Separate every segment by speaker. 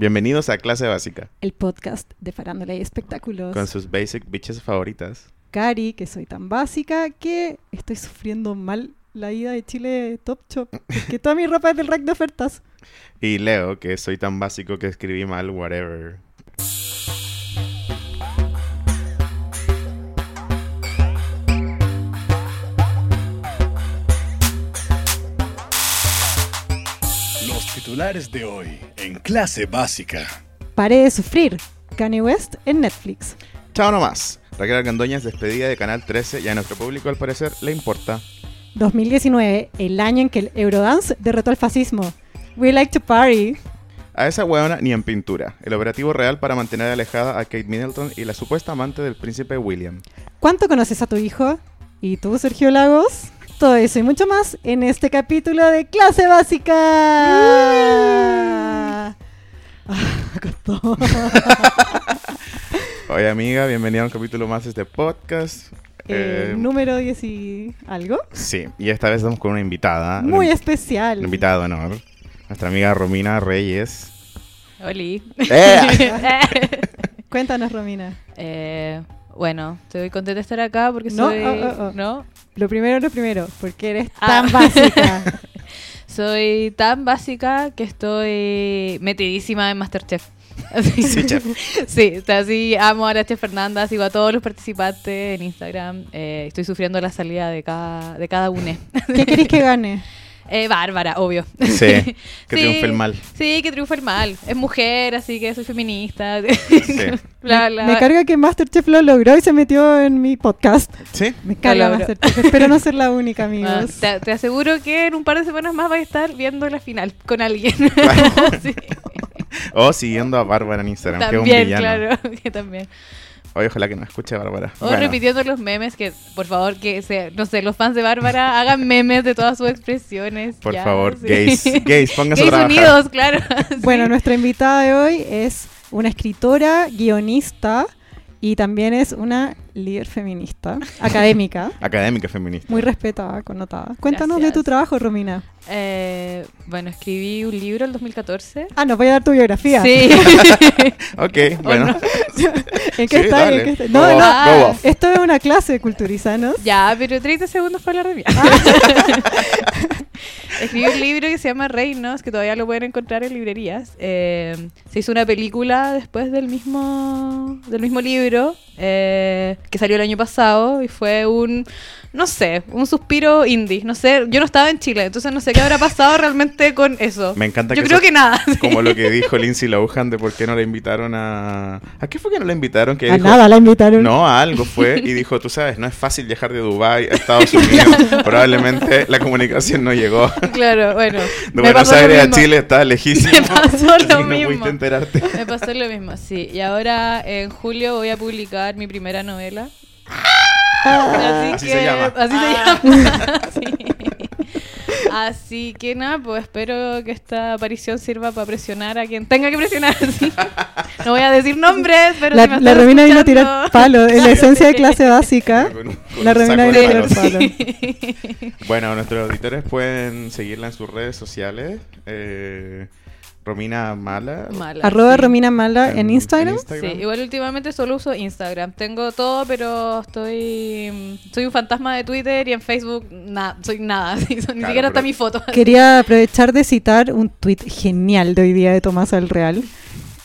Speaker 1: Bienvenidos a Clase Básica.
Speaker 2: El podcast de Farándula y Espectáculos.
Speaker 1: Con sus basic bitches favoritas.
Speaker 2: Cari, que soy tan básica que estoy sufriendo mal la ida de Chile Top Shop. Porque toda mi ropa es del rack de ofertas.
Speaker 1: Y Leo, que soy tan básico que escribí mal, whatever.
Speaker 3: Los titulares de hoy en clase básica.
Speaker 2: Pare de sufrir. Kanye West en Netflix.
Speaker 1: Chao nomás. Raquel Argandoña es despedida de Canal 13 y a nuestro público al parecer le importa.
Speaker 2: 2019, el año en que el Eurodance derrotó al fascismo. We like to party.
Speaker 1: A esa hueona ni en pintura. El operativo real para mantener alejada a Kate Middleton y la supuesta amante del príncipe William.
Speaker 2: ¿Cuánto conoces a tu hijo? ¿Y tú, Sergio Lagos? Todo eso y mucho más en este capítulo de Clase Básica. Ah, me costó.
Speaker 1: Oye amiga, bienvenida a un capítulo más de este podcast.
Speaker 2: Eh,
Speaker 1: Eh,
Speaker 2: número 10 y algo.
Speaker 1: sí, y esta vez estamos con una invitada. Ah, una
Speaker 2: Muy
Speaker 1: in-
Speaker 2: especial.
Speaker 1: una invitada de honor. Nuestra amiga Romina Reyes.
Speaker 4: Oli.
Speaker 1: ¡Eh!
Speaker 2: Cuéntanos, Romina.
Speaker 4: Eh, bueno, estoy muy contenta de estar acá porque
Speaker 2: No,
Speaker 4: soy.
Speaker 2: oh, oh, oh.
Speaker 4: ¿No?
Speaker 2: Lo primero, lo primero, porque eres
Speaker 4: Ah.
Speaker 2: tan básica.
Speaker 4: Soy tan básica que estoy metidísima en Masterchef. Así-
Speaker 1: Sí, chef.
Speaker 4: Sí, está así. Amo a la Chef Fernanda, sigo a todos los participantes en Instagram. eh, estoy sufriendo la salida de cada, de cada uno.
Speaker 2: ¿Qué queréis que gane?
Speaker 4: Eh, Bárbara, obvio.
Speaker 1: Sí, que
Speaker 4: Sí,
Speaker 1: triunfe el mal.
Speaker 4: Sí, que triunfa el mal. Es mujer, así que soy feminista. Bla,
Speaker 2: Me,
Speaker 4: bla.
Speaker 2: me carga que Masterchef lo logró y se metió en mi podcast.
Speaker 1: ¿Sí?
Speaker 2: Me carga
Speaker 4: logró.
Speaker 2: Masterchef. Espero no ser la única,
Speaker 4: Ah,
Speaker 2: amigos.
Speaker 4: te, te aseguro que en un par de semanas más vas a estar viendo la final con alguien. Sí.
Speaker 1: O Oh, siguiendo a Bárbara en Instagram, que es un
Speaker 4: También,
Speaker 1: villano.
Speaker 4: claro, Oh, que también.
Speaker 1: Oye, ojalá que no escuche a Bárbara.
Speaker 4: O
Speaker 1: Bueno,
Speaker 4: repitiendo los memes que, por favor, que se, no sé, los fans de Bárbara hagan memes de todas sus expresiones.
Speaker 1: por
Speaker 4: ya,
Speaker 1: favor,
Speaker 4: sí.
Speaker 1: gays, gays, pónganse a
Speaker 4: Gays
Speaker 1: trabajar.
Speaker 4: unidos, claro. sí.
Speaker 2: Bueno, nuestra invitada de hoy es una escritora, guionista y también es una líder feminista, académica,
Speaker 1: Académica feminista.
Speaker 2: muy respetada, connotada. Cuéntanos de
Speaker 4: Gracias.
Speaker 2: tu trabajo, Romina.
Speaker 4: Eh, bueno, escribí un libro en 2014.
Speaker 2: Ah, nos voy a dar tu biografía.
Speaker 4: Sí.
Speaker 1: Ok, bueno.
Speaker 2: ¿En qué
Speaker 1: Sí,
Speaker 2: está?
Speaker 1: dale.
Speaker 2: ¿En qué está?
Speaker 1: Go
Speaker 2: No,
Speaker 1: off,
Speaker 2: no.
Speaker 4: Ah.
Speaker 1: go off.
Speaker 2: Esto es una clase de culturizanos.
Speaker 4: Ya, pero 30 segundos para hablar de mí. Escribí un libro que se llama Reinos, que todavía lo pueden encontrar en librerías. Eh, se hizo una película después del mismo, del mismo libro, eh, que salió el año pasado, y fue un, no sé, un suspiro indie. No sé, yo no estaba en Chile, entonces no sé qué habrá pasado realmente con eso.
Speaker 1: Me encanta
Speaker 4: Yo
Speaker 1: que
Speaker 4: creo
Speaker 1: eso-
Speaker 4: que nada. sí.
Speaker 1: Como lo que dijo Lindsay Lohan de por qué no la invitaron a... ¿A qué fue que no la invitaron? Que
Speaker 2: A
Speaker 1: dijo,
Speaker 2: nada la invitaron.
Speaker 1: No, a algo fue. Y dijo, tú sabes, no es fácil viajar de Dubái a Estados Unidos. Probablemente la comunicación no llegó.
Speaker 4: Claro, bueno.
Speaker 1: De
Speaker 4: me
Speaker 1: Buenos
Speaker 4: pasó lo
Speaker 1: Aires a
Speaker 4: mismo.
Speaker 1: Chile está lejísimo.
Speaker 4: Me pasó
Speaker 1: Así
Speaker 4: lo
Speaker 1: que no
Speaker 4: mismo.
Speaker 1: pudiste enterarte.
Speaker 4: Me pasó lo mismo, sí. Y ahora en julio voy a publicar mi primera novela.
Speaker 2: Ah,
Speaker 4: Así,
Speaker 1: Así
Speaker 4: que,
Speaker 1: se llama.
Speaker 4: Así se llama. sí. Así que nada, pues espero que esta aparición sirva para presionar a quien tenga que presionar. sí. No voy a decir nombres, pero
Speaker 2: la
Speaker 4: si me
Speaker 2: la
Speaker 4: están
Speaker 2: Romina vino a tirar
Speaker 4: escuchando-
Speaker 2: palo. Es la esencia de clase básica.
Speaker 1: Con un- con
Speaker 2: La
Speaker 1: un
Speaker 2: Romina
Speaker 1: pues, saco
Speaker 2: vino a
Speaker 1: de
Speaker 2: tirar
Speaker 1: palos.
Speaker 2: palo.
Speaker 1: Bueno, nuestros auditores pueden seguirla en sus redes sociales. eh, Romina Mala.
Speaker 4: Mala,
Speaker 2: Arroba
Speaker 4: sí.
Speaker 2: Romina Mala en Instagram.
Speaker 4: Sí, igual últimamente solo uso Instagram. Tengo todo, pero estoy soy un fantasma de Twitter y en Facebook nada, soy nada. sí, so- ni
Speaker 1: Claro,
Speaker 4: siquiera está
Speaker 1: pero-
Speaker 4: mi foto.
Speaker 2: Quería aprovechar de citar un tuit genial de hoy día de Tomás El Real.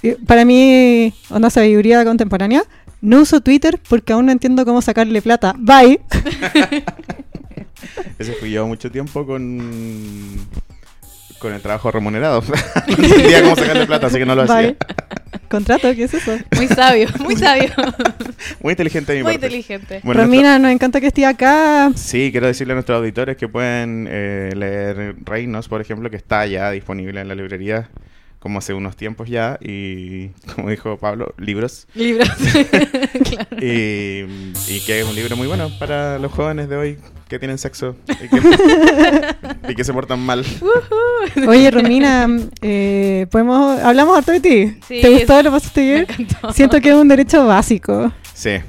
Speaker 2: Eh, Para mí, onda sabiduría contemporánea. No uso Twitter porque aún no entiendo cómo sacarle plata. Bye.
Speaker 1: Ese fui yo mucho tiempo con con el trabajo remunerado. no entendía cómo sacarle plata, así que no lo hacía.
Speaker 2: Bye. Contrato, ¿qué es eso?
Speaker 4: Muy sabio, muy sabio.
Speaker 1: Muy inteligente de mi
Speaker 4: muy
Speaker 1: parte.
Speaker 4: inteligente.
Speaker 1: Bueno,
Speaker 2: Romina, nos encanta que esté acá.
Speaker 1: nuestro- sí, quiero decirle a nuestros auditores que pueden eh, leer Reinos, por ejemplo, que está ya disponible en la librería como hace unos tiempos ya. Y como dijo Pablo, libros.
Speaker 4: Libros. Claro.
Speaker 1: Y, y que es un libro muy bueno para los jóvenes de hoy que tienen sexo y que, y que se portan mal.
Speaker 2: Oye, Romina, eh, podemos hablamos harto de ti.
Speaker 4: Sí,
Speaker 2: ¿Te gustó?
Speaker 4: es-
Speaker 2: ¿Lo pasaste
Speaker 4: Me
Speaker 2: bien?
Speaker 4: encantó.
Speaker 2: Siento que es un derecho básico.
Speaker 1: Sí.
Speaker 4: de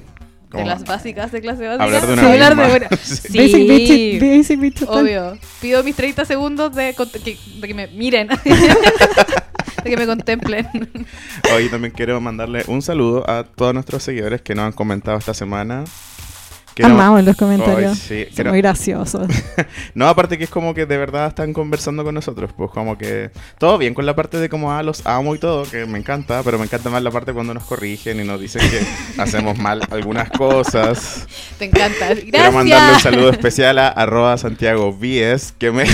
Speaker 1: Como-
Speaker 4: las básicas de clase básica.
Speaker 1: Hablar de una
Speaker 4: Sí,
Speaker 1: misma.
Speaker 4: hablar de una. Sí.
Speaker 2: Basic bitch, basic bitch total.
Speaker 4: Obvio. Pido mis 30 segundos de, cont- que, de que me miren. de que me contemplen.
Speaker 1: Hoy también quiero mandarle un saludo a todos nuestros seguidores que nos han comentado esta semana. Que no-
Speaker 2: Amamos los comentarios.
Speaker 1: Ay, sí,
Speaker 2: Son
Speaker 1: que no-
Speaker 2: muy graciosos.
Speaker 1: No, aparte que es como que de verdad están conversando con nosotros, pues como que todo bien con la parte de como ah, los amo y todo, que me encanta, pero me encanta más la parte cuando nos corrigen y nos dicen que hacemos mal algunas cosas.
Speaker 4: Te encanta. Gracias.
Speaker 1: Quiero mandarle un saludo especial a arroba Santiago Vies, que me...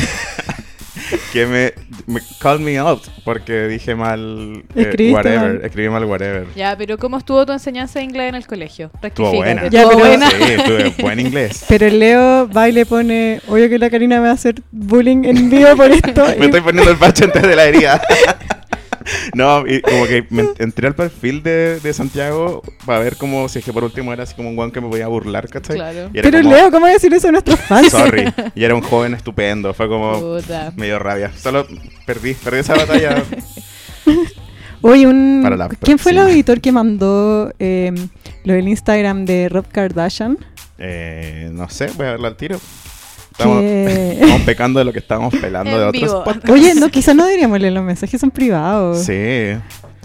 Speaker 1: que me, me- Call me out porque dije mal eh,
Speaker 2: Escribiste
Speaker 1: whatever,
Speaker 2: mal.
Speaker 1: escribí mal whatever.
Speaker 4: Ya, pero ¿cómo estuvo tu enseñanza de inglés en el colegio?
Speaker 1: Estuvo buena.
Speaker 4: Rectifícate.
Speaker 2: Ya,
Speaker 4: Estuvo
Speaker 2: pero-
Speaker 4: buena.
Speaker 1: Sí, tuve buen inglés.
Speaker 2: Pero el Leo va y le pone, oye que la Karina me va a hacer bullying en vivo por esto.
Speaker 1: Me estoy poniendo el parche antes de la herida. No, y como que me entré al perfil de, de Santiago para ver como si es que por último era así como un guan que me podía burlar, ¿cachai?
Speaker 4: Claro.
Speaker 1: Y era
Speaker 2: Pero
Speaker 1: como,
Speaker 2: Leo, ¿cómo decir eso a nuestros fans?
Speaker 1: Sorry. Y era un joven estupendo. Fue como
Speaker 4: Puta.
Speaker 1: me dio rabia. Solo perdí, perdí esa batalla.
Speaker 2: Oye, un...
Speaker 1: Para la
Speaker 2: ¿quién fue el
Speaker 1: próxima.
Speaker 2: auditor que mandó eh, lo del Instagram de Rob Kardashian?
Speaker 1: Eh, no sé, voy a verla al tiro. Estamos,
Speaker 2: Que-
Speaker 1: estamos pecando de lo que estábamos pelando de
Speaker 4: En
Speaker 1: otros
Speaker 4: vivo.
Speaker 1: podcasts.
Speaker 2: Oye, no, quizás no deberíamos leer los mensajes, son privados.
Speaker 1: Sí.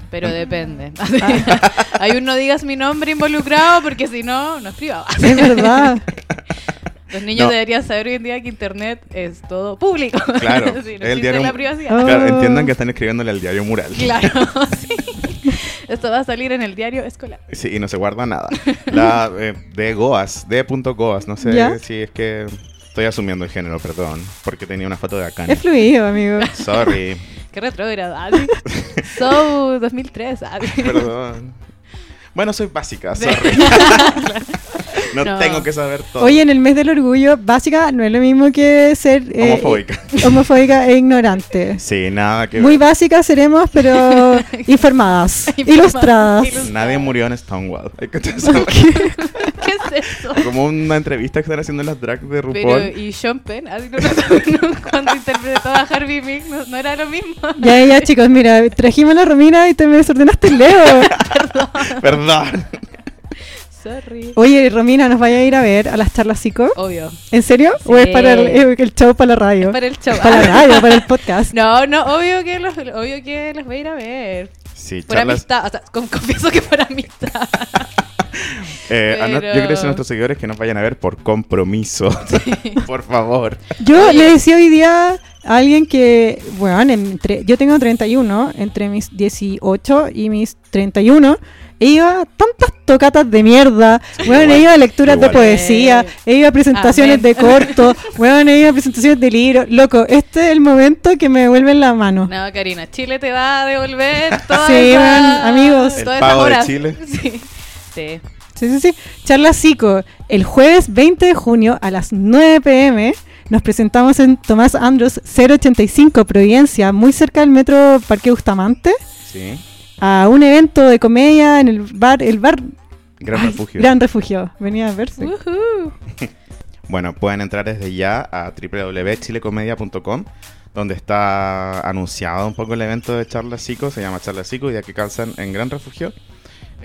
Speaker 4: Pero depende.
Speaker 1: Ah.
Speaker 4: Hay un no digas mi nombre involucrado porque si no, no es privado.
Speaker 2: Es verdad.
Speaker 4: Los niños
Speaker 1: No.
Speaker 4: deberían saber hoy en día que internet es todo público.
Speaker 1: Claro,
Speaker 4: Sí, no
Speaker 1: el
Speaker 4: existe
Speaker 1: diario-
Speaker 4: la privacidad.
Speaker 2: Oh.
Speaker 1: Claro, entiendan que están escribiéndole al diario mural.
Speaker 4: Claro, sí. Esto va a salir en el diario escolar.
Speaker 1: Sí, y no se guarda nada. La eh, de Goas, de punto Goas, no sé
Speaker 2: ¿Ya?
Speaker 1: si es que estoy asumiendo el género, perdón, porque tenía una foto de acá.
Speaker 2: Es fluido, amigo.
Speaker 1: Sorry,
Speaker 4: Qué retrógrada. So 2003. ah, sí.
Speaker 1: perdón. Bueno, soy básica, sorry. no,
Speaker 4: No.
Speaker 1: tengo que saber todo.
Speaker 2: Oye, en el mes del orgullo, básica no es lo mismo que ser eh,
Speaker 1: Homofóbica.
Speaker 2: homofóbica e ignorante.
Speaker 1: Sí, nada que
Speaker 2: Muy
Speaker 1: ver.
Speaker 2: básicas seremos, pero informadas, ilustradas.
Speaker 4: Ilus-
Speaker 1: Nadie murió en Stonewall. Hay que saber.
Speaker 4: ¿Qué es eso?
Speaker 1: Como una entrevista que están haciendo en las drag de RuPaul.
Speaker 4: Pero, y Sean Penn, Ah, no, no, no, cuando interpretó a Harvey Milk, no, no era lo mismo.
Speaker 2: Ya, ya, chicos, mira, trajimos a la Romina y te me desordenaste el Leo.
Speaker 1: Perdón.
Speaker 4: Sorry.
Speaker 2: Oye, Romina, ¿nos vaya a ir a ver a las charlas psico?
Speaker 4: Obvio.
Speaker 2: ¿En serio? ¿O es
Speaker 4: Sí.
Speaker 2: para el, eh, el show para la radio?
Speaker 4: Para el show. Ah,
Speaker 2: Para la radio, para el podcast.
Speaker 4: No, no, obvio que los, obvio que los voy a ir a ver.
Speaker 1: Sí,
Speaker 4: Por
Speaker 1: charlas.
Speaker 4: amistad, o sea, con- confieso que por amistad.
Speaker 1: eh, a no-
Speaker 4: pero-
Speaker 1: Yo quiero decir a nuestros seguidores que nos vayan a ver por compromiso. por favor.
Speaker 2: Yo
Speaker 4: Oye.
Speaker 2: le decía hoy día a alguien que, bueno, entre, yo tengo 31, entre mis 18 y mis 31, e iba a tantas tocatas de mierda, bueno,
Speaker 1: igual,
Speaker 2: e iba a lecturas de
Speaker 1: igual.
Speaker 2: poesía, e iba a presentaciones
Speaker 4: Amén.
Speaker 2: de corto, bueno, e iba a presentaciones de libros. Loco, este es el momento que me devuelven la mano.
Speaker 4: No, Karina, Chile te va a devolver todo.
Speaker 2: Sí, bueno, amigos.
Speaker 1: El pago de Chile.
Speaker 4: Sí. Sí.
Speaker 2: Sí, sí, sí. Charla Psico, el jueves 20 de junio a las 9 pm. Nos presentamos en Tomás Andros 085 Providencia, muy cerca del metro Parque Bustamante.
Speaker 1: Sí.
Speaker 2: a un evento de comedia en el bar, el bar
Speaker 1: Gran
Speaker 2: ay,
Speaker 1: refugio.
Speaker 2: Gran Refugio. Venía a verse.
Speaker 4: Uh. Woohoo.
Speaker 1: Bueno, pueden entrar desde ya a www.chilecomedia.com, donde está anunciado un poco el evento de Charla Psico, se llama Charla Psico, ya que calzan en Gran Refugio.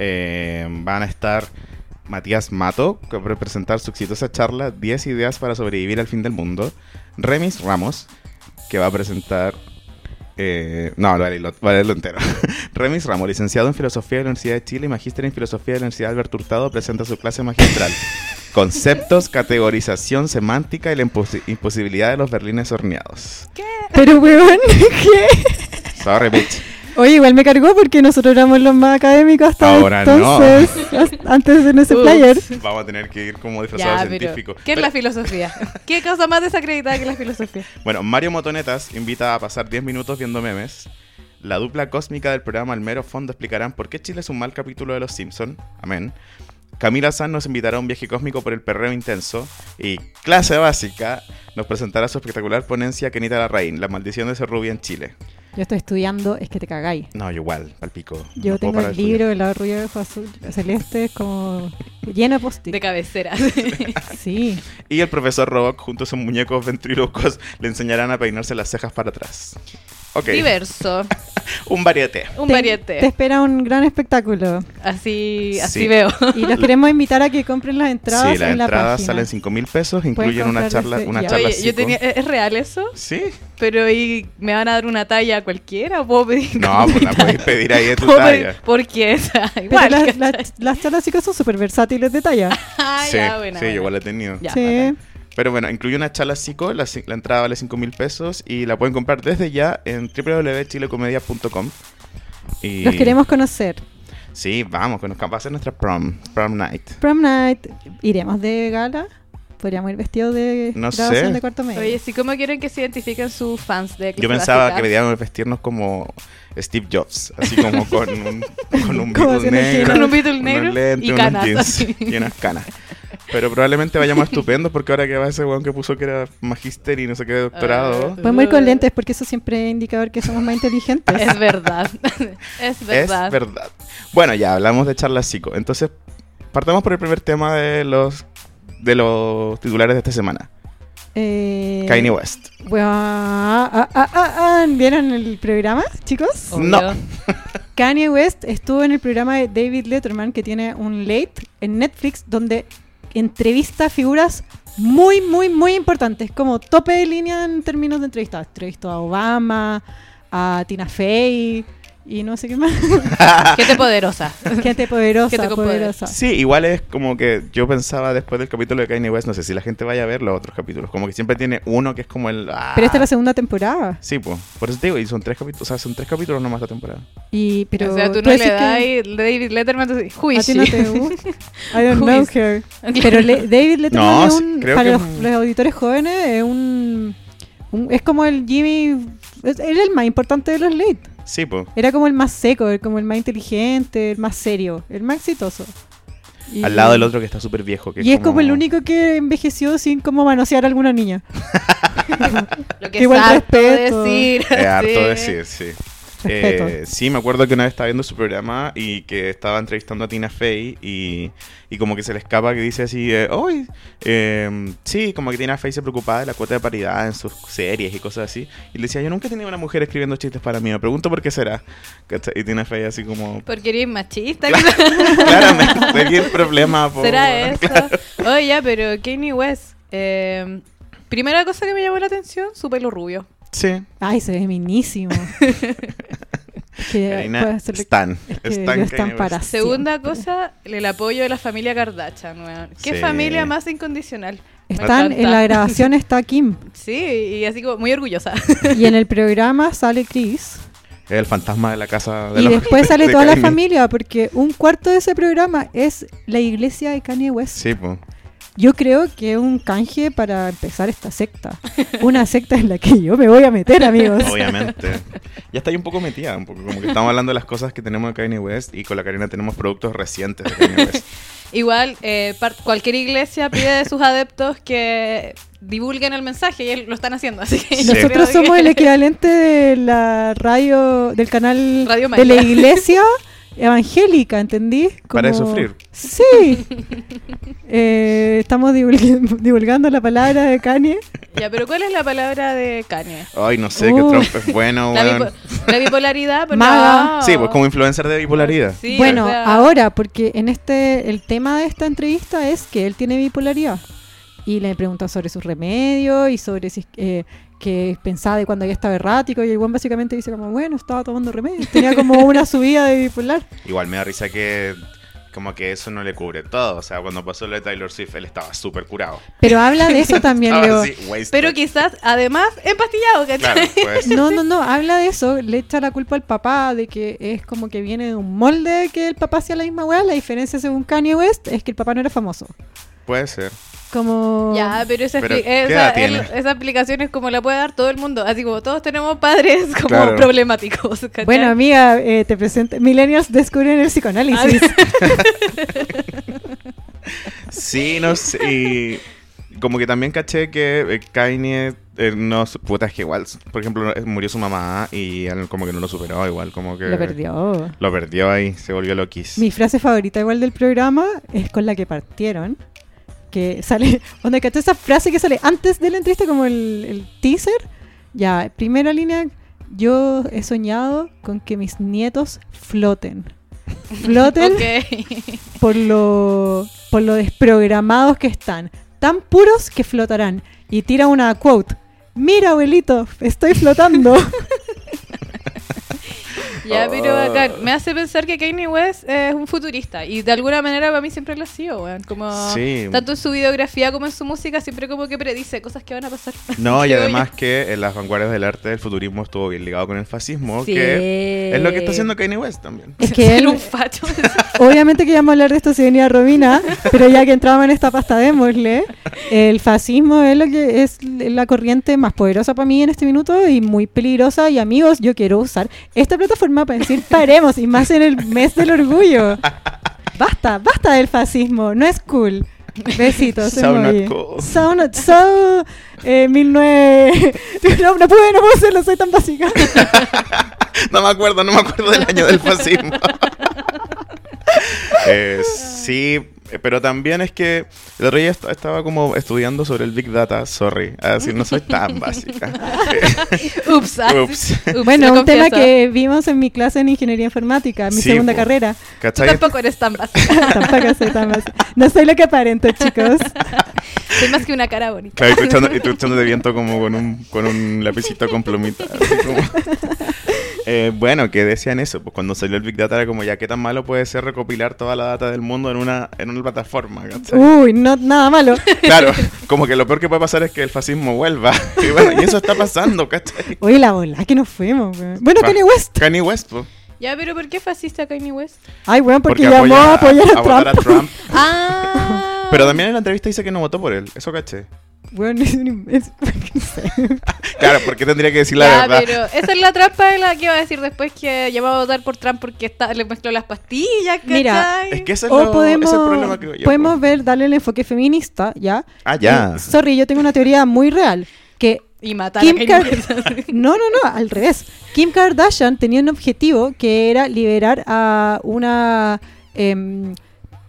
Speaker 1: Eh, van a estar Matías Mato, que va a presentar su exitosa charla 10 ideas para sobrevivir al fin del mundo. Remis Ramos, que va a presentar... eh, no, lo voy a leerlo- voy a leerlo entero. Remis Ramos, licenciado en Filosofía de la Universidad de Chile y magíster en Filosofía de la Universidad Alberto Hurtado, presenta su clase magistral. Conceptos, categorización semántica y la impos- imposibilidad de los berlines horneados.
Speaker 2: Pero, weón, ¿qué?
Speaker 1: Sorry, bitch.
Speaker 2: Oye, igual me cargó porque nosotros éramos los más académicos hasta
Speaker 1: Ahora no.
Speaker 2: entonces, hasta- antes de ese
Speaker 4: Ups.
Speaker 2: player.
Speaker 1: Vamos a tener que ir como disfrazados
Speaker 4: Ya, pero.
Speaker 1: científicos.
Speaker 4: ¿Qué es la filosofía? ¿Qué cosa más desacreditada que la filosofía?
Speaker 1: Bueno, Mario Motonetas invita a pasar 10 minutos viendo memes. La dupla cósmica del programa Al Mero Fondo explicarán por qué Chile es un mal capítulo de Los Simpson. Amén. Camila San nos invitará a un viaje cósmico por el perreo intenso. Y clase básica nos presentará su espectacular ponencia Kenita Larraín, La maldición de ser rubia en Chile.
Speaker 2: Yo estoy estudiando, es que te cagáis.
Speaker 1: No, yo igual, palpico.
Speaker 2: Yo
Speaker 1: No puedo
Speaker 2: tengo
Speaker 1: parar
Speaker 2: el
Speaker 1: de estudiar.
Speaker 2: libro de la rubia de ojo azul celeste, es como lleno de post
Speaker 4: De cabecera.
Speaker 2: Sí.
Speaker 1: Y el profesor Roboc, junto a sus muñecos ventrílocos, le enseñarán a peinarse las cejas para atrás. Ok.
Speaker 4: Diverso.
Speaker 1: Un variete.
Speaker 4: Un
Speaker 2: Te-
Speaker 4: variete.
Speaker 2: Te espera un gran espectáculo.
Speaker 4: Así, así
Speaker 1: Sí.
Speaker 4: veo.
Speaker 2: Y los queremos invitar a que compren las entradas
Speaker 1: sí, las
Speaker 2: en la
Speaker 1: entradas
Speaker 2: página.
Speaker 1: salen 5 mil pesos, incluyen una
Speaker 2: comprar
Speaker 1: charla,
Speaker 2: desde
Speaker 1: una
Speaker 2: ya.
Speaker 1: charla
Speaker 4: Oye, yo
Speaker 1: psico.
Speaker 4: tenía, e, ¿es es real eso?
Speaker 1: Sí.
Speaker 4: Pero ¿y me van a dar una talla cualquiera? ¿Puedo pedir
Speaker 1: No,
Speaker 4: como
Speaker 1: pues la
Speaker 4: mi talla?
Speaker 1: puedes pedir ahí de tu
Speaker 4: ¿Puedo pedir-
Speaker 1: talla.
Speaker 4: Porque esa,
Speaker 2: Pero
Speaker 4: igual.
Speaker 2: las,
Speaker 4: ¿cachai?
Speaker 2: las- las charlas chicas son súper versátiles de talla.
Speaker 4: Ah,
Speaker 1: sí,
Speaker 4: ya, buena,
Speaker 1: sí,
Speaker 4: buena.
Speaker 1: yo igual la he tenido.
Speaker 4: Ya,
Speaker 2: sí.
Speaker 4: bacán.
Speaker 1: Pero bueno, incluye una charla psico, la, ci- la entrada vale 5 mil pesos y la pueden comprar desde ya en www.chilecomedia.com. Y
Speaker 2: Los queremos conocer.
Speaker 1: Sí, vamos, conozcan. Va a ser nuestra prom, prom night.
Speaker 2: Prom night, iremos de gala. Podríamos ir vestidos de
Speaker 1: No sé.
Speaker 2: graduación de cuarto medio.
Speaker 4: Oye, sí, ¿cómo quieren que se identifiquen sus fans de
Speaker 1: Yo
Speaker 4: Clase
Speaker 1: pensaba
Speaker 4: Básica?
Speaker 1: que debíamos vestirnos como Steve Jobs, así como con un, con un
Speaker 2: Como
Speaker 1: Beatle
Speaker 2: haciendo el
Speaker 1: negro,
Speaker 2: chino.
Speaker 4: Con un Beatle
Speaker 1: unos
Speaker 4: negro y
Speaker 1: lentes, unos
Speaker 4: canas,
Speaker 1: jeans
Speaker 4: así.
Speaker 1: y unas canas. Pero probablemente vayamos estupendos porque ahora que va ese weón que puso que era magíster y no sé qué doctorado,
Speaker 4: Ah,
Speaker 2: Podemos ir con lentes porque eso siempre es indicador que somos más inteligentes.
Speaker 4: Es verdad. es
Speaker 1: es
Speaker 4: verdad.
Speaker 1: verdad. Bueno, ya hablamos de charlas psico. Entonces, partamos por el primer tema de los de los titulares de esta semana.
Speaker 2: Eh,
Speaker 1: Kanye West.
Speaker 2: bueno, ah, ah, ah, ah, ¿Vieron el programa, chicos?
Speaker 1: Oh. No.
Speaker 4: Obvio.
Speaker 2: Kanye West estuvo en el programa de David Letterman, que tiene un late en Netflix, donde entrevista a figuras muy, muy, muy importantes, como tope de línea en términos de entrevistas. Entrevistó a Obama, a Tina Fey y no sé qué más.
Speaker 4: Gente poderosa.
Speaker 2: Gente poderosa,
Speaker 4: Gente con poder.
Speaker 2: poderosa.
Speaker 1: Sí, igual es como que yo pensaba después del capítulo de Kanye West, no sé si la gente vaya a ver los otros capítulos, como que siempre tiene uno que es como el... ah.
Speaker 2: Pero este esta es la segunda temporada.
Speaker 1: Sí, pues, por eso te digo, y son tres capítulos, o sea, son tres capítulos nomás la temporada.
Speaker 2: Y, pero
Speaker 4: o sea, tú no
Speaker 2: decís
Speaker 4: le
Speaker 2: que
Speaker 4: das y David Letterman, tú dices,
Speaker 2: A ti no
Speaker 4: "Juicy".
Speaker 2: te gusta. I don't know
Speaker 4: Juicy.
Speaker 2: her. Pero le- David Letterman
Speaker 1: No,
Speaker 2: es
Speaker 1: sí,
Speaker 2: un,
Speaker 1: creo
Speaker 2: para
Speaker 1: que
Speaker 2: los,
Speaker 1: es un-
Speaker 2: los auditores jóvenes es un, un- es como el Jimmy es- era el más importante de los late
Speaker 1: Sí, pues.
Speaker 2: era como el más seco el- como el más inteligente el más serio el más exitoso Y-
Speaker 1: Al lado del otro que está súper viejo. Que
Speaker 2: y es como... el único que envejeció sin como manosear a alguna niña
Speaker 4: Lo que
Speaker 2: Que igual
Speaker 4: es harto
Speaker 2: respeto.
Speaker 4: decir.
Speaker 1: Es harto
Speaker 4: sí.
Speaker 1: decir, sí.
Speaker 2: Respeto.
Speaker 1: Eh, sí, me acuerdo que una vez estaba viendo su programa y que estaba entrevistando a Tina Fey y, y como que se le escapa que dice así, eh, "Ay, eh, sí, como que Tina Fey se preocupaba de la cuota de paridad en sus series y cosas así. Y le decía, yo nunca he tenido una mujer escribiendo chistes para mí, me pregunto por qué será. ¿Cachai? Y Tina Fey así como,
Speaker 4: Porque eres machista.
Speaker 1: claramente, aquí el problema. po,
Speaker 4: ¿Será
Speaker 1: weón".
Speaker 4: eso? Oye, ya, pero Kanye West. eh, primera cosa que me llamó la atención, su pelo rubio.
Speaker 1: Sí,
Speaker 2: ay se ve minísimo Es que puede
Speaker 1: Karina,
Speaker 2: hacerle-
Speaker 1: Stan.
Speaker 2: es que
Speaker 1: Stan
Speaker 2: ellos están
Speaker 1: Kanye West.
Speaker 2: para
Speaker 4: Segunda
Speaker 2: siempre.
Speaker 4: cosa, el apoyo de la familia Kardashian. weón. Qué
Speaker 1: Sí.
Speaker 4: familia más incondicional. Me
Speaker 2: están en
Speaker 4: encanta.
Speaker 2: la grabación está Kim
Speaker 4: Sí, y así como muy orgullosa.
Speaker 2: y en el programa sale Chris
Speaker 1: Es el fantasma de la casa de
Speaker 2: Y
Speaker 1: los-
Speaker 2: después sale
Speaker 1: de
Speaker 2: toda la
Speaker 1: Kanye.
Speaker 2: familia, porque un cuarto de ese programa es la iglesia de Kanye West.
Speaker 1: Sí, pues.
Speaker 2: Yo creo que es un canje para empezar esta secta. Una secta en la que yo me voy a meter, amigos.
Speaker 1: Obviamente. Ya está ahí un poco metida, un poco como que estamos hablando de las cosas que tenemos de Kanye West y con la Karina tenemos productos recientes de Kanye West.
Speaker 4: Igual, eh, par- cualquier iglesia pide de sus adeptos que divulguen el mensaje y él- lo están haciendo. Así que yo creo
Speaker 2: Nosotros
Speaker 4: que-
Speaker 2: somos el equivalente de la radio, del canal
Speaker 4: Radio
Speaker 2: de la
Speaker 4: María.
Speaker 2: iglesia evangélica, ¿entendí?
Speaker 1: Para de sufrir.
Speaker 2: Sí. Eh, estamos divulg- divulgando la palabra de Kanye.
Speaker 4: Ya, pero ¿cuál es la palabra de Kanye?
Speaker 1: Ay, no sé, que
Speaker 2: Uh.
Speaker 1: Trump es bueno,
Speaker 4: La,
Speaker 1: weón.
Speaker 4: bipo- la bipolaridad, pero
Speaker 2: Maga.
Speaker 4: no.
Speaker 1: Sí, pues como influencer de bipolaridad.
Speaker 4: Sí,
Speaker 2: bueno,
Speaker 4: o sea,
Speaker 2: ahora, porque en este el tema de esta entrevista es que él tiene bipolaridad. Y le preguntan sobre sus remedios y sobre si es- eh, que pensaba de cuando había estado errático. Y el buen básicamente dice como, bueno, estaba tomando remedios. Tenía como una subida de bipolar.
Speaker 1: Igual me da risa que como que eso no le cubre todo. O sea, cuando pasó lo de Taylor Swift, él estaba súper curado.
Speaker 2: Pero habla de eso también,
Speaker 1: Estaba
Speaker 2: Leo.
Speaker 1: así, wasted.
Speaker 4: Pero quizás, además, empastillado, ¿cachai?
Speaker 1: Claro, pues.
Speaker 2: No, no, no, habla de eso, le echa la culpa al papá de que es como que viene de un molde que el papá hacía la misma weá, la diferencia según Kanye West es que el papá no era famoso.
Speaker 1: Puede ser.
Speaker 2: Como...
Speaker 4: Ya, pero esa,
Speaker 1: Pero,
Speaker 4: expli-
Speaker 1: ¿qué
Speaker 4: esa,
Speaker 1: edad tiene?
Speaker 4: el- esa aplicación es como la puede dar todo el mundo. Así como todos tenemos padres como
Speaker 1: Claro.
Speaker 4: problemáticos. ¿cachai?
Speaker 2: Bueno, amiga, eh, te presento. Millennials descubren el psicoanálisis.
Speaker 4: Ah,
Speaker 1: Sí, no sé. Y como que también caché que eh, Kanye eh, no. su- Puta, es que igual. Por ejemplo, eh, murió su mamá y él como que no lo superó, igual como que.
Speaker 2: Lo perdió.
Speaker 1: Lo perdió ahí, se volvió loquis.
Speaker 2: Mi frase favorita igual del programa es con la que partieron. Que sale, donde cachó esa frase que sale antes de la entrevista como el, el teaser. Ya, primera línea, Yo he soñado con que mis nietos floten. Floten
Speaker 4: Ok.
Speaker 2: por, lo, por lo desprogramados que están. Tan puros que flotarán. Y tira una quote. Mira, abuelito, estoy flotando.
Speaker 4: ya, pero
Speaker 1: Oh.
Speaker 4: bacán. Me hace pensar que Kanye West es un futurista. Y de alguna manera para mí siempre lo ha sido, weón. Como,
Speaker 1: Sí.
Speaker 4: Tanto en su videografía como en su música, siempre como que predice cosas que van a pasar.
Speaker 1: No, y
Speaker 4: Creo
Speaker 1: además
Speaker 4: yo.
Speaker 1: que en las vanguardias del arte el futurismo estuvo bien ligado con el fascismo, que es lo que está haciendo Kanye West también.
Speaker 2: es que
Speaker 4: Ser
Speaker 2: él,
Speaker 4: un facho.
Speaker 2: obviamente que íbamos a hablar de esto si venía Robina, pero ya que entramos en esta pasta, démosle. El fascismo es lo que es la corriente más poderosa para mí en este minuto y muy peligrosa. Y amigos, yo quiero usar esta plataforma para decir paremos y más en el mes del orgullo. Basta, basta del fascismo, no es cool. Besitos.
Speaker 1: So not
Speaker 2: emoji.
Speaker 1: cool.
Speaker 2: So not- so, eh, 19... No, no pude, no puedo hacerlo, soy tan básica.
Speaker 1: No me acuerdo, no me acuerdo del año del fascismo. Eh, sí, pero también es que el otro día est- estaba como estudiando sobre el Big Data, sorry, a decir, no soy tan básica. Eh,
Speaker 4: Ups. ah,
Speaker 1: Ups.
Speaker 4: ups,
Speaker 2: Bueno,
Speaker 4: lo
Speaker 2: un tema
Speaker 4: confieso.
Speaker 2: que vimos en mi clase en ingeniería informática, mi
Speaker 1: Sí,
Speaker 2: segunda
Speaker 1: po.
Speaker 2: carrera.
Speaker 4: Tú
Speaker 1: ¿Cachai?
Speaker 4: tampoco eres tan básica.
Speaker 2: Tampoco soy tan más. No soy lo que aparento, chicos.
Speaker 4: Soy más que una cara bonita.
Speaker 1: Claro, y tú echando, y tú echando de viento como con un, con un lapicito con plumita. así como- Eh, bueno, que decían eso, pues cuando salió el Big Data era como ya qué tan malo puede ser recopilar toda la data del mundo en una, en una plataforma, ¿cachai?
Speaker 2: Uy, no, nada malo.
Speaker 1: Claro, como que lo peor que puede pasar es que el fascismo vuelva. Y bueno, y eso está pasando, ¿cachai?
Speaker 2: Uy, la bola, que nos fuimos, weón. Bueno,
Speaker 1: Va.
Speaker 2: Kanye West.
Speaker 1: Kanye West, pues.
Speaker 4: Ya, pero ¿por qué fascista Kanye West?
Speaker 2: Ay, weón, porque,
Speaker 1: apoya
Speaker 2: llamó a apoyar a,
Speaker 1: votar
Speaker 2: Trump.
Speaker 4: Ah.
Speaker 1: Pero también en la entrevista dice que no votó por él, eso caché.
Speaker 2: Weón, es un imbécil. No sé.
Speaker 1: Claro, porque tendría que decir la
Speaker 4: Ya,
Speaker 1: verdad.
Speaker 4: pero esa es la trampa de la que iba a decir después que llamaba a votar por Trump porque está, le mezcló las pastillas, ¿cachai?
Speaker 2: Mira,
Speaker 1: Es que ese es,
Speaker 2: O
Speaker 1: lo- ese
Speaker 2: podemos,
Speaker 1: es el problema, creo yo.
Speaker 2: podemos
Speaker 1: po.
Speaker 2: ver, darle el enfoque feminista, ¿ya?
Speaker 1: Ah, ya.
Speaker 2: Y, sorry, yo tengo una teoría muy real. Que
Speaker 4: Y matar
Speaker 2: Kim
Speaker 4: a Kanye West.
Speaker 2: Kardashian. No, no, no, al revés. Kim Kardashian tenía un objetivo que era liberar a una em,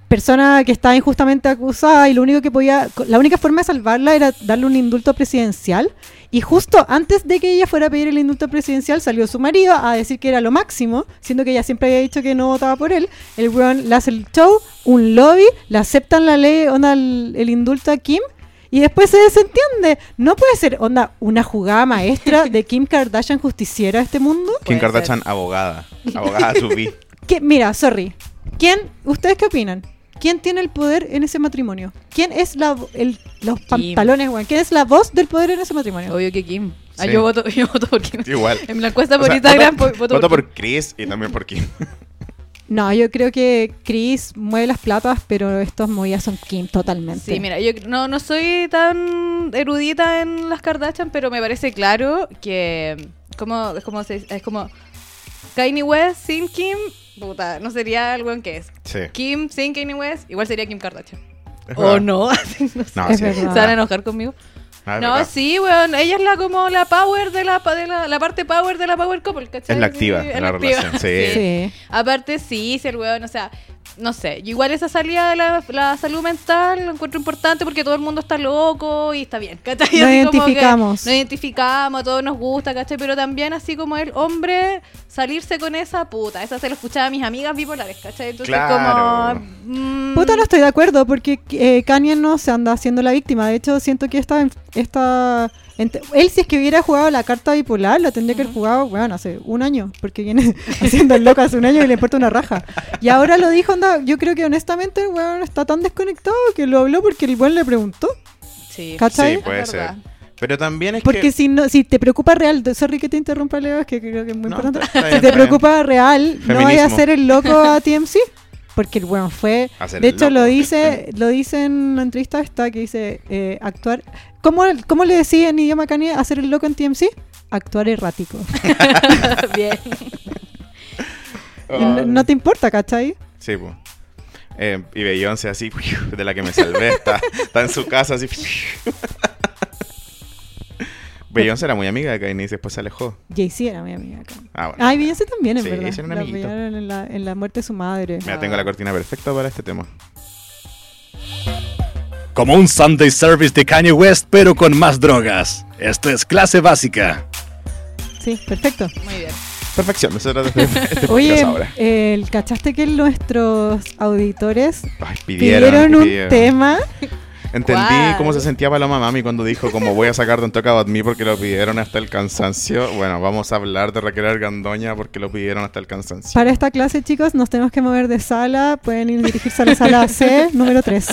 Speaker 2: persona que estaba injustamente acusada y lo único que podía, la única forma de salvarla era darle un indulto presidencial. Y justo antes de que ella fuera a pedir el indulto presidencial, salió su marido a decir que era lo máximo, siendo que ella siempre había dicho que no votaba por él. El weón le hace el show, un lobby, le aceptan la ley, onda, el, el indulto a Kim. Y después se desentiende. No puede ser, onda, una jugada maestra de Kim Kardashian justiciera a este mundo.
Speaker 1: Kim
Speaker 4: Puede ser.
Speaker 1: Kardashian, abogada. Abogada subí.
Speaker 2: Que, mira, sorry. ¿Quién, ustedes qué opinan? ¿Quién tiene el poder en ese matrimonio? ¿Quién es la, vo- el- los pantalones, weón? ¿Quién es la voz del poder en ese matrimonio?
Speaker 4: Obvio que Kim. Ah,
Speaker 1: Sí.
Speaker 4: yo voto, yo voto por Kim.
Speaker 1: Igual.
Speaker 4: En la encuesta
Speaker 1: O
Speaker 4: por
Speaker 1: sea,
Speaker 4: Instagram
Speaker 1: voto,
Speaker 4: po- voto,
Speaker 1: voto
Speaker 4: por,
Speaker 1: por Chris y también por Kim.
Speaker 2: No, yo creo que Chris mueve las platas, pero estos movidas son Kim totalmente.
Speaker 4: Sí, mira, yo no, no soy tan erudita en las Kardashian, pero me parece claro que como, es como se- es como Kanye West sin Kim, puta, no sería el weón que es.
Speaker 1: Sí.
Speaker 4: Kim sin Kanye West, igual sería Kim Kardashian.
Speaker 1: es
Speaker 4: O
Speaker 1: verdad.
Speaker 4: no, así, no sé.
Speaker 1: No,
Speaker 2: Es
Speaker 1: sí, es
Speaker 2: verdad.
Speaker 4: se van a enojar conmigo.
Speaker 1: Ah, es
Speaker 4: no,
Speaker 1: verdad.
Speaker 4: sí, weón, ella es la como la power de la, pa- de la, la parte power de la power couple, ¿cachai?
Speaker 1: Es la activa
Speaker 4: Sí,
Speaker 1: de
Speaker 4: es
Speaker 1: la
Speaker 4: activa.
Speaker 1: relación, sí.
Speaker 2: Sí.
Speaker 4: Aparte, sí, si el weón, o sea, no sé. yo Igual esa salida de la, la salud mental lo encuentro importante porque todo el mundo está loco y está bien, ¿cachai?
Speaker 2: Nos
Speaker 4: Así como que
Speaker 2: identificamos.
Speaker 4: Nos identificamos, a todos nos gusta, ¿cachai? Pero también, así como el hombre, salirse con esa puta. Esa se lo escuchaba a mis amigas bipolares, ¿cachai? Entonces,
Speaker 1: Claro.
Speaker 4: como. mm,
Speaker 2: Puta, no estoy de acuerdo porque eh, Kanye no se anda haciendo la víctima. De hecho, siento que esta. esta ent- él, si es que hubiera jugado la carta bipolar, la tendría que haber jugado, bueno, hace un año, porque viene haciendo el loco hace un año y le importa una raja. Y ahora lo dijo, onda, yo creo que honestamente el weón está tan desconectado que lo habló porque el weón le preguntó.
Speaker 4: Sí.
Speaker 2: ¿Cachai?
Speaker 1: Sí, puede
Speaker 4: Es
Speaker 1: ser.
Speaker 4: verdad.
Speaker 1: Pero también es
Speaker 2: Porque
Speaker 1: que...
Speaker 2: si no, si te preocupa real, sorry que te interrumpa Leo, es que creo que es muy
Speaker 1: No,
Speaker 2: importante.
Speaker 1: está- está bien,
Speaker 2: si te
Speaker 1: está bien.
Speaker 2: preocupa real, no vaya a
Speaker 1: Feminismo.
Speaker 2: ser el loco a TMC. Porque el weón fue.
Speaker 1: Hacer
Speaker 2: De
Speaker 1: el
Speaker 2: hecho, lo
Speaker 1: loco.
Speaker 2: dice, lo dice en una entrevista esta que dice eh, actuar. ¿Cómo, ¿Cómo le decía en idioma Kanye hacer el loco en TMC? Actuar errático.
Speaker 4: bien.
Speaker 2: Y no, no te importa, ¿cachai?
Speaker 1: Sí, pues. Eh, y Beyoncé así, de la que me salvé, está, está en su casa así. Beyoncé era muy amiga de Kanye y después se alejó.
Speaker 2: Jay-Z era mi amiga. cabrón.
Speaker 1: Ah, bueno.
Speaker 2: Ay, Beyoncé también, en
Speaker 1: Sí,
Speaker 2: verdad.
Speaker 1: hicieron
Speaker 2: La
Speaker 1: amiguitos.
Speaker 2: apoyaron en la, en la muerte de su madre.
Speaker 1: Mira, tengo la cortina perfecta para este tema.
Speaker 3: Como un Sunday Service de Kanye West, pero con más drogas. Esto es clase básica.
Speaker 2: Sí, perfecto.
Speaker 4: Muy bien.
Speaker 1: Perfección, eso era de este podcast
Speaker 2: Oye,
Speaker 1: ahora.
Speaker 2: eh, ¿cachaste que nuestros auditores
Speaker 1: Ay,
Speaker 2: pidieron,
Speaker 1: pidieron,
Speaker 2: un
Speaker 1: pidieron.
Speaker 2: tema?
Speaker 1: Entendí
Speaker 4: ¿Cuál?
Speaker 1: cómo se sentía Paloma Mami cuando dijo como voy a sacar Don't Talk About Me porque lo pidieron hasta el cansancio. Bueno, vamos a hablar de Raquel Argandoña porque lo pidieron hasta el cansancio.
Speaker 2: Para esta clase, chicos, nos tenemos que mover de sala. Pueden ir dirigirse a la sala C, número 3.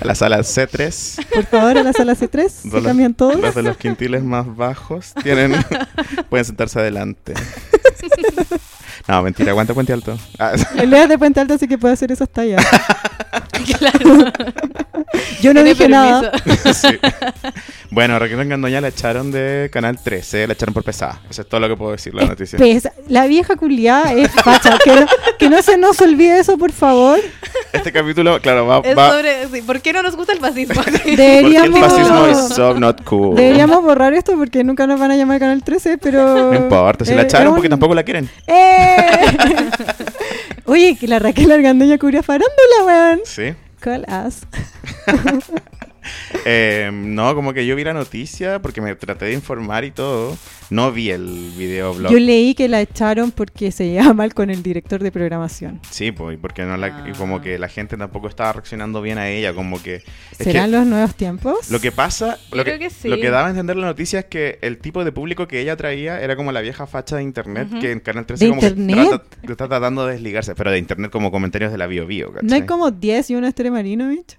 Speaker 1: A la sala C3,
Speaker 2: Por favor, a la sala C3.
Speaker 1: Dos
Speaker 2: Se
Speaker 1: las-
Speaker 2: cambian todos.
Speaker 1: los de los quintiles más bajos tienen pueden sentarse adelante. No, mentira, aguanta puente alto. Ah,
Speaker 2: El es de Puente Alto, así que puede hacer esas tallas.
Speaker 4: Claro.
Speaker 2: Yo no
Speaker 4: Tiene
Speaker 2: dije nada.
Speaker 4: permiso.
Speaker 1: sí. Bueno, Raquel Argandoña la echaron de Canal 13, la echaron por pesada. Eso es todo lo que puedo decir la
Speaker 2: Es
Speaker 1: noticia.
Speaker 2: pesa- La vieja culiada es facha. Que no, que no se nos olvide eso, por favor.
Speaker 1: Este capítulo, claro, va,
Speaker 4: Es
Speaker 1: va
Speaker 4: sobre. sí, ¿Por qué no nos gusta el fascismo?
Speaker 1: porque el
Speaker 2: Deberíamos-
Speaker 1: fascismo is so not cool.
Speaker 2: Deberíamos borrar esto porque nunca nos van a llamar Canal 13, pero...
Speaker 1: No importa, si
Speaker 2: eh,
Speaker 1: la
Speaker 2: era
Speaker 1: echaron
Speaker 2: un-
Speaker 1: porque tampoco la quieren.
Speaker 2: ¡Eh! Oye, que la Raquel Argandoña cubría farándula, weón.
Speaker 1: Sí.
Speaker 2: Call us.
Speaker 1: Eh, no, como que yo vi la noticia porque me traté de informar y todo. No vi el videoblog.
Speaker 2: Yo leí que la echaron porque se llevaba mal con el director de programación.
Speaker 1: Sí, pues, y porque no la, y
Speaker 2: Ah.
Speaker 1: como que la gente tampoco estaba reaccionando bien a ella, como que... es que
Speaker 2: ¿Serán los nuevos tiempos?
Speaker 1: Lo que pasa, lo
Speaker 4: creo
Speaker 1: que,
Speaker 4: que sí.
Speaker 1: lo que daba a entender la noticia es que el tipo de público que ella traía era como la vieja facha de internet
Speaker 4: Ujú.
Speaker 1: que en Canal 13
Speaker 2: ¿De
Speaker 1: como que
Speaker 2: internet?
Speaker 1: trata- que está tratando de desligarse, pero de internet como comentarios de la bio bio, ¿cachai?
Speaker 2: ¿No hay como 10 y una Estere Marinovich?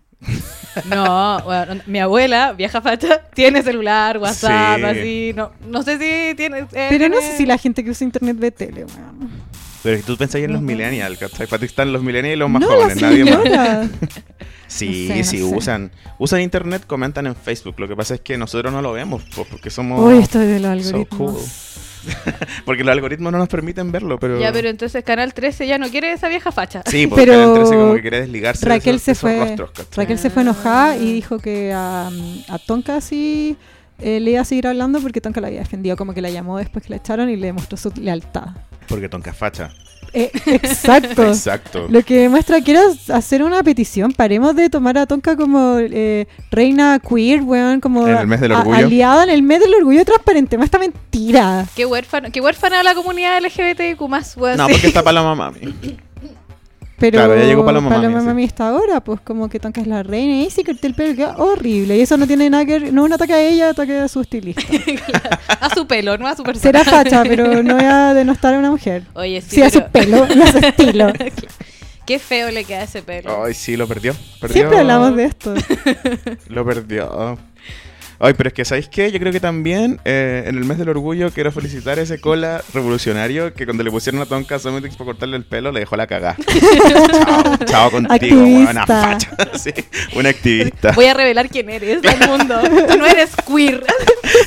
Speaker 4: No, bueno, mi abuela, vieja facha, tiene celular, WhatsApp,
Speaker 1: Sí.
Speaker 4: así. No, no sé si tiene. eh,
Speaker 2: Pero no
Speaker 4: tiene-
Speaker 2: sé si la gente que usa internet ve tele, weón.
Speaker 1: Pero si tú pensáis en los
Speaker 2: Ujú.
Speaker 1: millennials, ¿cachai? Para ti están los millennials y los más
Speaker 2: no,
Speaker 1: jóvenes,
Speaker 2: la
Speaker 1: nadie más.
Speaker 2: señora.
Speaker 1: Sí,
Speaker 2: No sé, no
Speaker 1: sí,
Speaker 2: sé.
Speaker 1: usan. Usan internet, comentan en Facebook. Lo que pasa es que nosotros no lo vemos po- porque somos.
Speaker 2: Uy, este esto es de los
Speaker 1: Oh, so
Speaker 2: algoritmos.
Speaker 1: Porque los algoritmos no nos permiten verlo, pero.
Speaker 4: Ya, pero entonces Canal 13 ya no quiere esa vieja facha.
Speaker 1: Sí, porque
Speaker 2: Pero-
Speaker 1: Canal 13 como que quiere desligarse de
Speaker 2: Raquel
Speaker 1: esos,
Speaker 2: se
Speaker 1: de esos
Speaker 2: fue-
Speaker 1: rostros, ¿cachai?
Speaker 2: Raquel se fue enojada y dijo que a, a Tonka sí eh, le iba a seguir hablando porque Tonka la había defendido, como que la llamó después que la echaron y le demostró su lealtad.
Speaker 1: Porque tonca facha.
Speaker 2: Eh, exacto.
Speaker 1: Pues Exacto.
Speaker 2: Lo que demuestra quiero hacer una petición. Paremos de tomar a Tonka como eh, reina queer, weón, como
Speaker 1: En el mes del
Speaker 2: a-
Speaker 1: orgullo.
Speaker 2: aliada en el mes del orgullo transparente. Más esta mentira.
Speaker 4: Qué huérfano, qué huérfana la comunidad LGBTIQ más.
Speaker 1: No, porque está Paloma Mami.
Speaker 2: Pero
Speaker 1: Claro, ya llegó Paloma Mami, sí.
Speaker 2: Mami está ahora, pues como que Tonka es la reina y se cortó el pelo, queda horrible. Y eso no tiene nada que ver, no es un ataque a ella, ataque a su estilista.
Speaker 4: A su pelo, no a su persona.
Speaker 2: Será facha, pero no voy a denostar a una mujer.
Speaker 4: Oye, sí,
Speaker 2: Sí, a su
Speaker 4: pero-
Speaker 2: pelo, no a su estilo.
Speaker 4: Qué feo le queda ese pelo.
Speaker 1: Ay, sí, lo perdió. perdió
Speaker 2: Siempre hablamos de esto.
Speaker 1: Lo perdió. Ay, pero es que, ¿sabéis qué? Yo creo que también eh, en el mes del orgullo quiero felicitar a ese cola revolucionario que cuando le pusieron a Tonka Sometix para cortarle el pelo le dejó la cagada. chao, chao contigo,
Speaker 2: Activista.
Speaker 1: una facha. Sí, un activista.
Speaker 4: Voy a revelar quién eres al mundo. Tú no eres queer,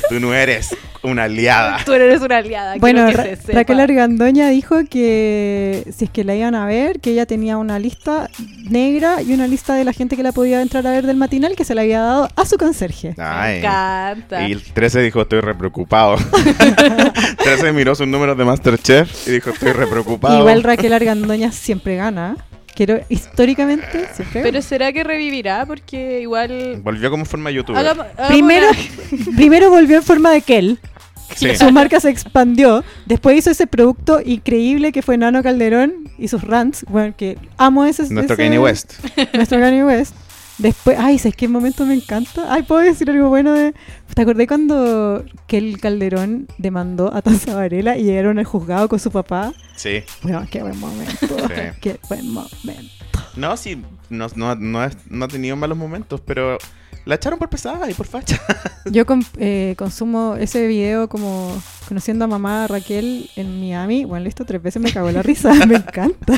Speaker 1: Tú no eres una aliada.
Speaker 4: tú eres una aliada.
Speaker 2: Bueno,
Speaker 4: Ah, quiero
Speaker 2: Ra-
Speaker 4: que se sepa.
Speaker 2: Raquel Argandoña dijo que si es que la iban a ver, que ella tenía una lista negra y una lista de la gente que la podía entrar a ver del matinal que se la había dado a su conserje.
Speaker 4: Me
Speaker 1: Ay.
Speaker 4: encanta.
Speaker 1: Y el 13 dijo, estoy re preocupado. 13 miró sus números de Masterchef y dijo, estoy re preocupado.
Speaker 2: Igual Raquel Argandoña siempre gana. Quiero, históricamente, siempre
Speaker 4: Pero
Speaker 2: gana.
Speaker 4: será que revivirá porque igual.
Speaker 1: Volvió como forma youtuber.
Speaker 4: Hagamos- hagamos
Speaker 2: Primero,
Speaker 4: una-
Speaker 2: primero volvió en forma de Kel.
Speaker 1: Sí.
Speaker 2: Su marca se expandió. Después hizo ese producto increíble que fue Nano Calderón y sus rants. Bueno, que amo ese.
Speaker 1: Nuestro
Speaker 2: ese-
Speaker 1: Kanye West.
Speaker 2: Nuestro Kanye West. Después, ay, ¿sabes qué momento me encanta? Ay, puedo decir algo bueno de. ¿Te acordé cuando Kel Calderón demandó a Tanza Varela y llegaron al juzgado con su papá?
Speaker 1: Sí.
Speaker 2: Bueno, qué buen momento.
Speaker 1: Sí.
Speaker 2: Qué buen momento.
Speaker 1: No, sí, no, no, no, es- no ha tenido malos momentos, pero la echaron por pesada y por facha.
Speaker 2: Yo com- eh, consumo ese video como conociendo a mamá Raquel en Miami. Bueno, listo, tres veces me cagó la risa. Me encanta.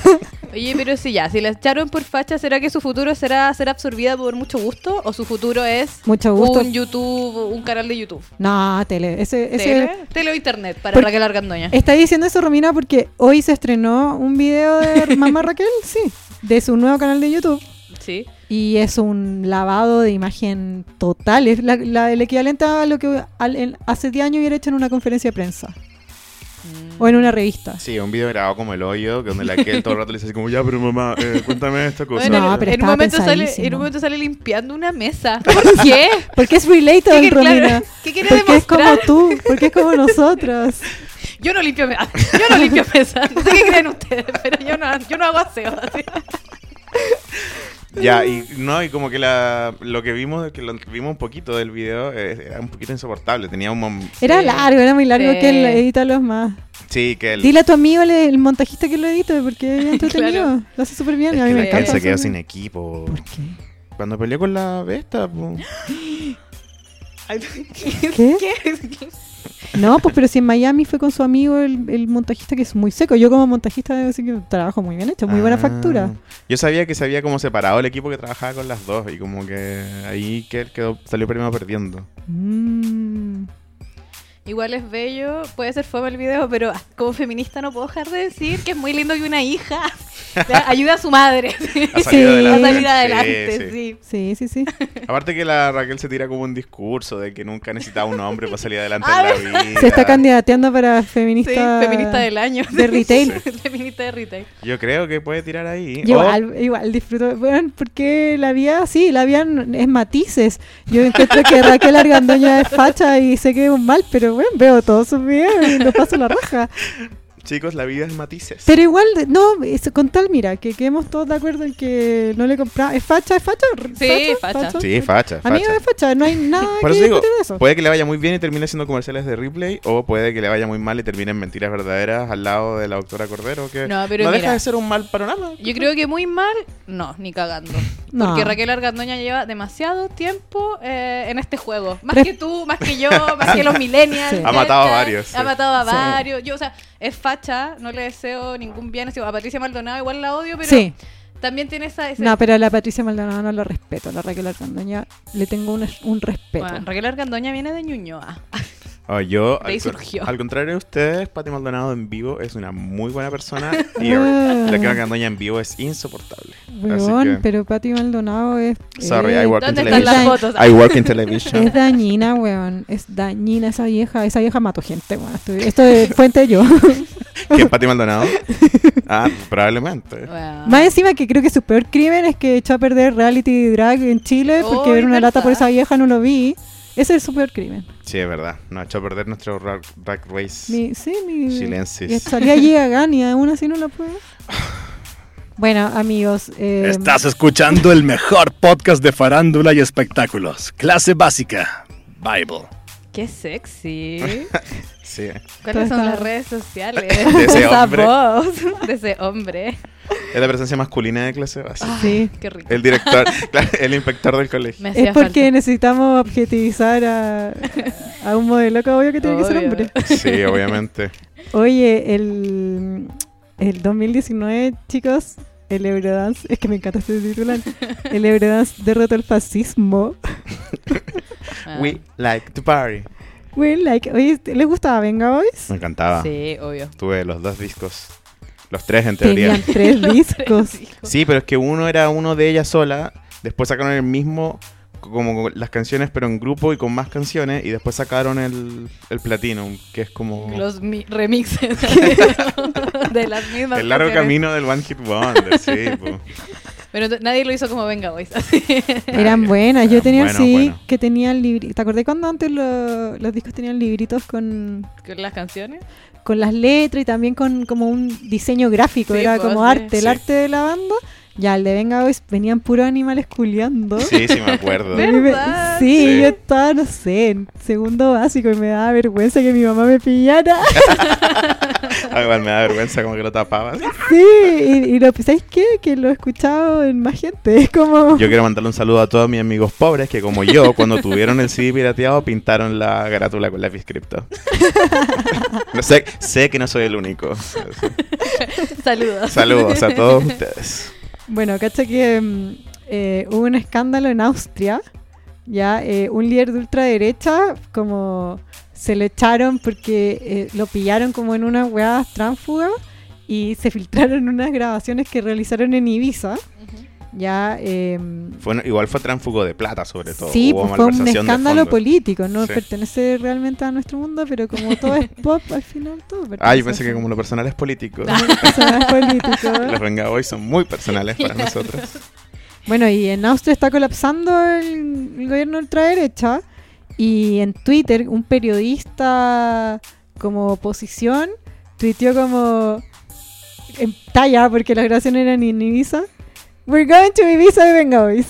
Speaker 4: Oye, pero si ya, si la echaron por facha, ¿será que su futuro será ser absorbida por mucho gusto? ¿O su futuro es
Speaker 2: Mucho gusto.
Speaker 4: un YouTube, un canal de YouTube?
Speaker 2: No, tele. Ese, ese-
Speaker 4: Tele, tele o internet para
Speaker 2: Por-
Speaker 4: Raquel Argandoña.
Speaker 2: Está diciendo eso, Romina, porque hoy se estrenó un video de mamá Raquel, sí, de su nuevo canal de YouTube.
Speaker 4: Sí.
Speaker 2: Y es un lavado de imagen total. Es la- la- el equivalente a lo que al- en- hace 10 años hubiera hecho en una conferencia de prensa. o en una revista.
Speaker 1: Sí, un video grabado como el hoyo, que donde la que todo el rato le dice así como, ya, pero mamá, eh, cuéntame esta cosa.
Speaker 4: Bueno,
Speaker 2: No,
Speaker 4: en-
Speaker 2: pero
Speaker 4: en, un
Speaker 2: estaba
Speaker 4: momento sale,
Speaker 2: pensadísimo.
Speaker 4: en un momento sale limpiando una mesa. ¿Por qué?
Speaker 2: Porque es
Speaker 4: ¿Qué,
Speaker 2: relatable,
Speaker 4: quiere- claro,
Speaker 2: Romina.
Speaker 4: ¿qué quiere
Speaker 2: Porque es como
Speaker 4: demostrar?
Speaker 2: tú, porque es como nosotros.
Speaker 4: Yo no limpio mesas. Yo no limpio mesas. No sé qué creen ustedes, pero yo no, yo no hago aseo. así.
Speaker 1: Ya, y no, y como que la, lo que vimos, que lo vimos un poquito del video, eh, era un poquito insoportable. Tenía un... mom-
Speaker 2: Era
Speaker 4: Sí,
Speaker 2: largo, era muy largo
Speaker 4: sí.
Speaker 2: que él edita los más.
Speaker 1: Sí, que el...
Speaker 2: Dile a tu amigo, le- el montajista, que lo edite, porque es entretenido.
Speaker 4: Claro.
Speaker 2: Lo hace súper bien.
Speaker 1: es
Speaker 2: a mí
Speaker 1: que
Speaker 2: me
Speaker 1: la Kel
Speaker 2: encanta.
Speaker 1: se quedó
Speaker 2: hacerlo.
Speaker 1: sin equipo.
Speaker 2: ¿Por qué?
Speaker 1: Cuando peleó con la Vesta, po.
Speaker 4: Ay,
Speaker 2: ¿Qué?
Speaker 4: ¿Qué?
Speaker 2: No, pues pero si en Miami fue con su amigo el, el montajista que es muy seco. Yo como montajista debo decir que trabajo muy bien hecho, muy buena
Speaker 1: Ah.
Speaker 2: factura.
Speaker 1: Yo sabía que se había como separado el equipo que trabajaba con las dos y como que ahí que él quedó, salió primero perdiendo.
Speaker 2: Mm.
Speaker 4: Igual es bello, puede ser fome el video, pero como feminista no puedo dejar de decir que es muy lindo que una hija sea, ayude a su madre sí,
Speaker 1: Ha
Speaker 2: Sí.
Speaker 1: salido
Speaker 4: a
Speaker 1: adelante.
Speaker 4: salir
Speaker 1: Sí,
Speaker 4: adelante.
Speaker 1: sí.
Speaker 4: Sí,
Speaker 2: Sí, sí, sí.
Speaker 1: Aparte que la Raquel se tira como un discurso de que nunca necesitaba un hombre para salir adelante
Speaker 4: Ah,
Speaker 1: en la vida.
Speaker 2: Se está candidateando para
Speaker 4: Sí,
Speaker 2: feminista.
Speaker 4: feminista del año.
Speaker 2: de retail.
Speaker 4: feminista de retail.
Speaker 1: Yo creo que puede tirar ahí.
Speaker 2: Yo
Speaker 1: O-
Speaker 2: Igual, igual disfruto. Bueno, porque la vida, sí, la vida n- es matices. Yo encuentro que Raquel Argandoña es facha y sé que es un mal, pero bueno, veo todos sus videos y los paso la raja.
Speaker 1: chicos, la vida es matices.
Speaker 2: Pero igual, no, es- con tal, mira, que quedemos todos de acuerdo en que no le compramos. ¿Es facha? ¿Es facha? r-
Speaker 4: Sí, facha.
Speaker 1: Sí, facha,
Speaker 2: Amigo
Speaker 1: facha.
Speaker 2: de facha, no hay nada
Speaker 1: Por
Speaker 2: que
Speaker 1: eso digo, pues,
Speaker 2: discutir de eso.
Speaker 1: puede que le vaya muy bien y termine haciendo comerciales de replay, o puede que le vaya muy mal y termine en mentiras verdaderas al lado de la doctora Cordero, que
Speaker 4: No, pero mira.
Speaker 1: deja de ser un mal panorama.
Speaker 4: Yo creo que muy mal, no, ni cagando.
Speaker 2: No.
Speaker 4: Porque Raquel Argandoña lleva demasiado tiempo eh, en este juego. Más
Speaker 2: Pre-
Speaker 4: que tú, más que yo, más que los millennials.
Speaker 2: Sí.
Speaker 1: Ha matado a
Speaker 4: ¿cachai?
Speaker 1: varios,
Speaker 4: Ha
Speaker 1: sí.
Speaker 4: matado a
Speaker 2: Sí.
Speaker 4: varios. Yo, o sea, es facha, no le deseo ningún bien. Así, A Patricia Maldonado igual la odio, pero
Speaker 2: sí,
Speaker 4: también tiene esa... ese-
Speaker 2: no, pero a la Patricia Maldonado no la respeto, a la Raquel Argandoña le tengo un, un respeto.
Speaker 4: Bueno, Raquel Argandoña viene de Ñuñoa.
Speaker 1: Ah, yo,
Speaker 4: De
Speaker 1: al,
Speaker 4: ahí
Speaker 1: con-
Speaker 4: surgió.
Speaker 1: al contrario de ustedes, Pati Maldonado en vivo es una muy buena persona y
Speaker 2: Ah.
Speaker 1: la que va Candoña en vivo es insoportable.
Speaker 2: Weón,
Speaker 1: Así que,
Speaker 2: pero Pati Maldonado es.
Speaker 1: sorry,
Speaker 2: eh,
Speaker 1: I work in
Speaker 4: ¿Dónde
Speaker 2: están
Speaker 4: están
Speaker 1: television.
Speaker 4: las
Speaker 2: la-
Speaker 4: fotos?
Speaker 1: I work in television.
Speaker 2: Es dañina, weón. Es dañina esa vieja. Esa vieja mató gente, weón. Estoy- Esto es fuente yo.
Speaker 1: ¿Quién Pati Maldonado? Ah, probablemente.
Speaker 4: Bueno.
Speaker 2: Más encima que creo que su peor crimen es que echó a perder reality drag en Chile porque
Speaker 4: Oh,
Speaker 2: ver una
Speaker 4: es
Speaker 2: lata por
Speaker 4: verdad.
Speaker 2: esa vieja no lo vi. Ese es su peor crimen.
Speaker 1: Sí, es verdad. Nos echó a perder nuestro ra- Rack Race.
Speaker 2: Mi, sí, mi.
Speaker 1: Chilensis.
Speaker 2: Y salía allí a Gani, aún así no la puedo. Bueno, amigos.
Speaker 4: Em.
Speaker 2: eh,
Speaker 3: Estás escuchando el mejor podcast de farándula y espectáculos. Clase básica. Bible.
Speaker 4: Qué sexy.
Speaker 1: Sí.
Speaker 4: ¿Cuáles
Speaker 2: Todo
Speaker 4: son
Speaker 2: está-
Speaker 4: las redes sociales?
Speaker 1: De ese
Speaker 4: Esa
Speaker 1: hombre.
Speaker 4: voz. De ese hombre.
Speaker 1: Es la presencia masculina de clase básica.
Speaker 2: Sí.
Speaker 4: Qué rico.
Speaker 1: El director, claro, el inspector del colegio.
Speaker 4: Me hacía
Speaker 2: Es porque
Speaker 4: falta.
Speaker 2: necesitamos objetivizar a, a un modelo que obvio que tiene que ser
Speaker 4: Obvio.
Speaker 2: hombre.
Speaker 1: Sí, obviamente.
Speaker 2: Oye, el, el 2019, chicos, el Eurodance, es que me encanta este titular, el Eurodance derrotó el fascismo.
Speaker 4: Ah.
Speaker 1: We like to party.
Speaker 2: We like, oye, ¿les gustaba Venga Boys?
Speaker 1: Me encantaba.
Speaker 4: Sí, obvio.
Speaker 1: Tuve los dos discos. Los tres, en teoría.
Speaker 2: Tenían tres discos.
Speaker 1: Sí, pero es que uno era uno de ella sola, después sacaron el mismo, co- como con las canciones, pero en grupo y con más canciones, y después sacaron el, el Platinum, que es como
Speaker 4: Los mi- remixes de las mismas.
Speaker 1: el largo
Speaker 4: canciones.
Speaker 1: camino del One Hit Wonder, sí. po.
Speaker 4: Pero t- nadie lo hizo como Venga Boys.
Speaker 2: Eran
Speaker 1: Nadie.
Speaker 2: buenas, yo
Speaker 1: Eran
Speaker 2: tenía el
Speaker 1: bueno,
Speaker 2: CD
Speaker 1: bueno.
Speaker 2: que tenían libritos. ¿Te acordás cuando antes lo- los discos tenían libritos con,
Speaker 4: Con las canciones.
Speaker 2: con las letras y también con como un diseño gráfico?
Speaker 4: Sí,
Speaker 2: Era
Speaker 4: pues,
Speaker 2: como
Speaker 4: sí.
Speaker 2: arte, el
Speaker 1: Sí.
Speaker 2: arte de la banda. Ya, el de Venga Boys venían puros animales culiando.
Speaker 1: Sí, sí, me acuerdo.
Speaker 4: Pero-
Speaker 2: Yo me-
Speaker 4: ¿Verdad?
Speaker 2: Sí,
Speaker 1: Sí.
Speaker 2: yo estaba, no sé, en segundo básico y me daba vergüenza que mi mamá me pillara.
Speaker 1: Ah, igual me da vergüenza como que lo tapaba.
Speaker 2: sí, y, y lo, ¿sabes qué? Que lo he escuchado en más gente. Es como.
Speaker 1: Yo quiero mandarle un saludo a todos mis amigos pobres que, como yo, cuando tuvieron el CD pirateado, pintaron la carátula con la Crypto. No sé, sé que no soy el único.
Speaker 4: Saludos.
Speaker 1: Saludos a todos ustedes.
Speaker 2: Bueno, cacha que mm, eh, hubo un escándalo en Austria. Ya, eh, un líder de ultraderecha, como se lo echaron porque eh, lo pillaron como en unas weadas tránsfugas y se filtraron unas grabaciones que realizaron en Ibiza. ya... eh,
Speaker 1: Fue un- igual fue tránfugo de plata, sobre todo.
Speaker 2: sí,
Speaker 1: Hubo
Speaker 2: pues fue un
Speaker 1: malversación de
Speaker 2: escándalo
Speaker 1: fondos.
Speaker 2: político, no
Speaker 1: Sí.
Speaker 2: pertenece realmente a nuestro mundo, pero como todo es pop, al final todo pertenece.
Speaker 1: Ah, yo pensé
Speaker 2: a
Speaker 1: que
Speaker 2: eso.
Speaker 1: como lo personal es político.
Speaker 2: O sea, es político.
Speaker 1: Los Vengaboys son muy personales para nosotros.
Speaker 2: Bueno, y en Austria está colapsando el, el gobierno ultraderecha y en Twitter un periodista como oposición tuiteó como en talla porque la grabación era en Ibiza. We're going to Ibiza de Venga Boys.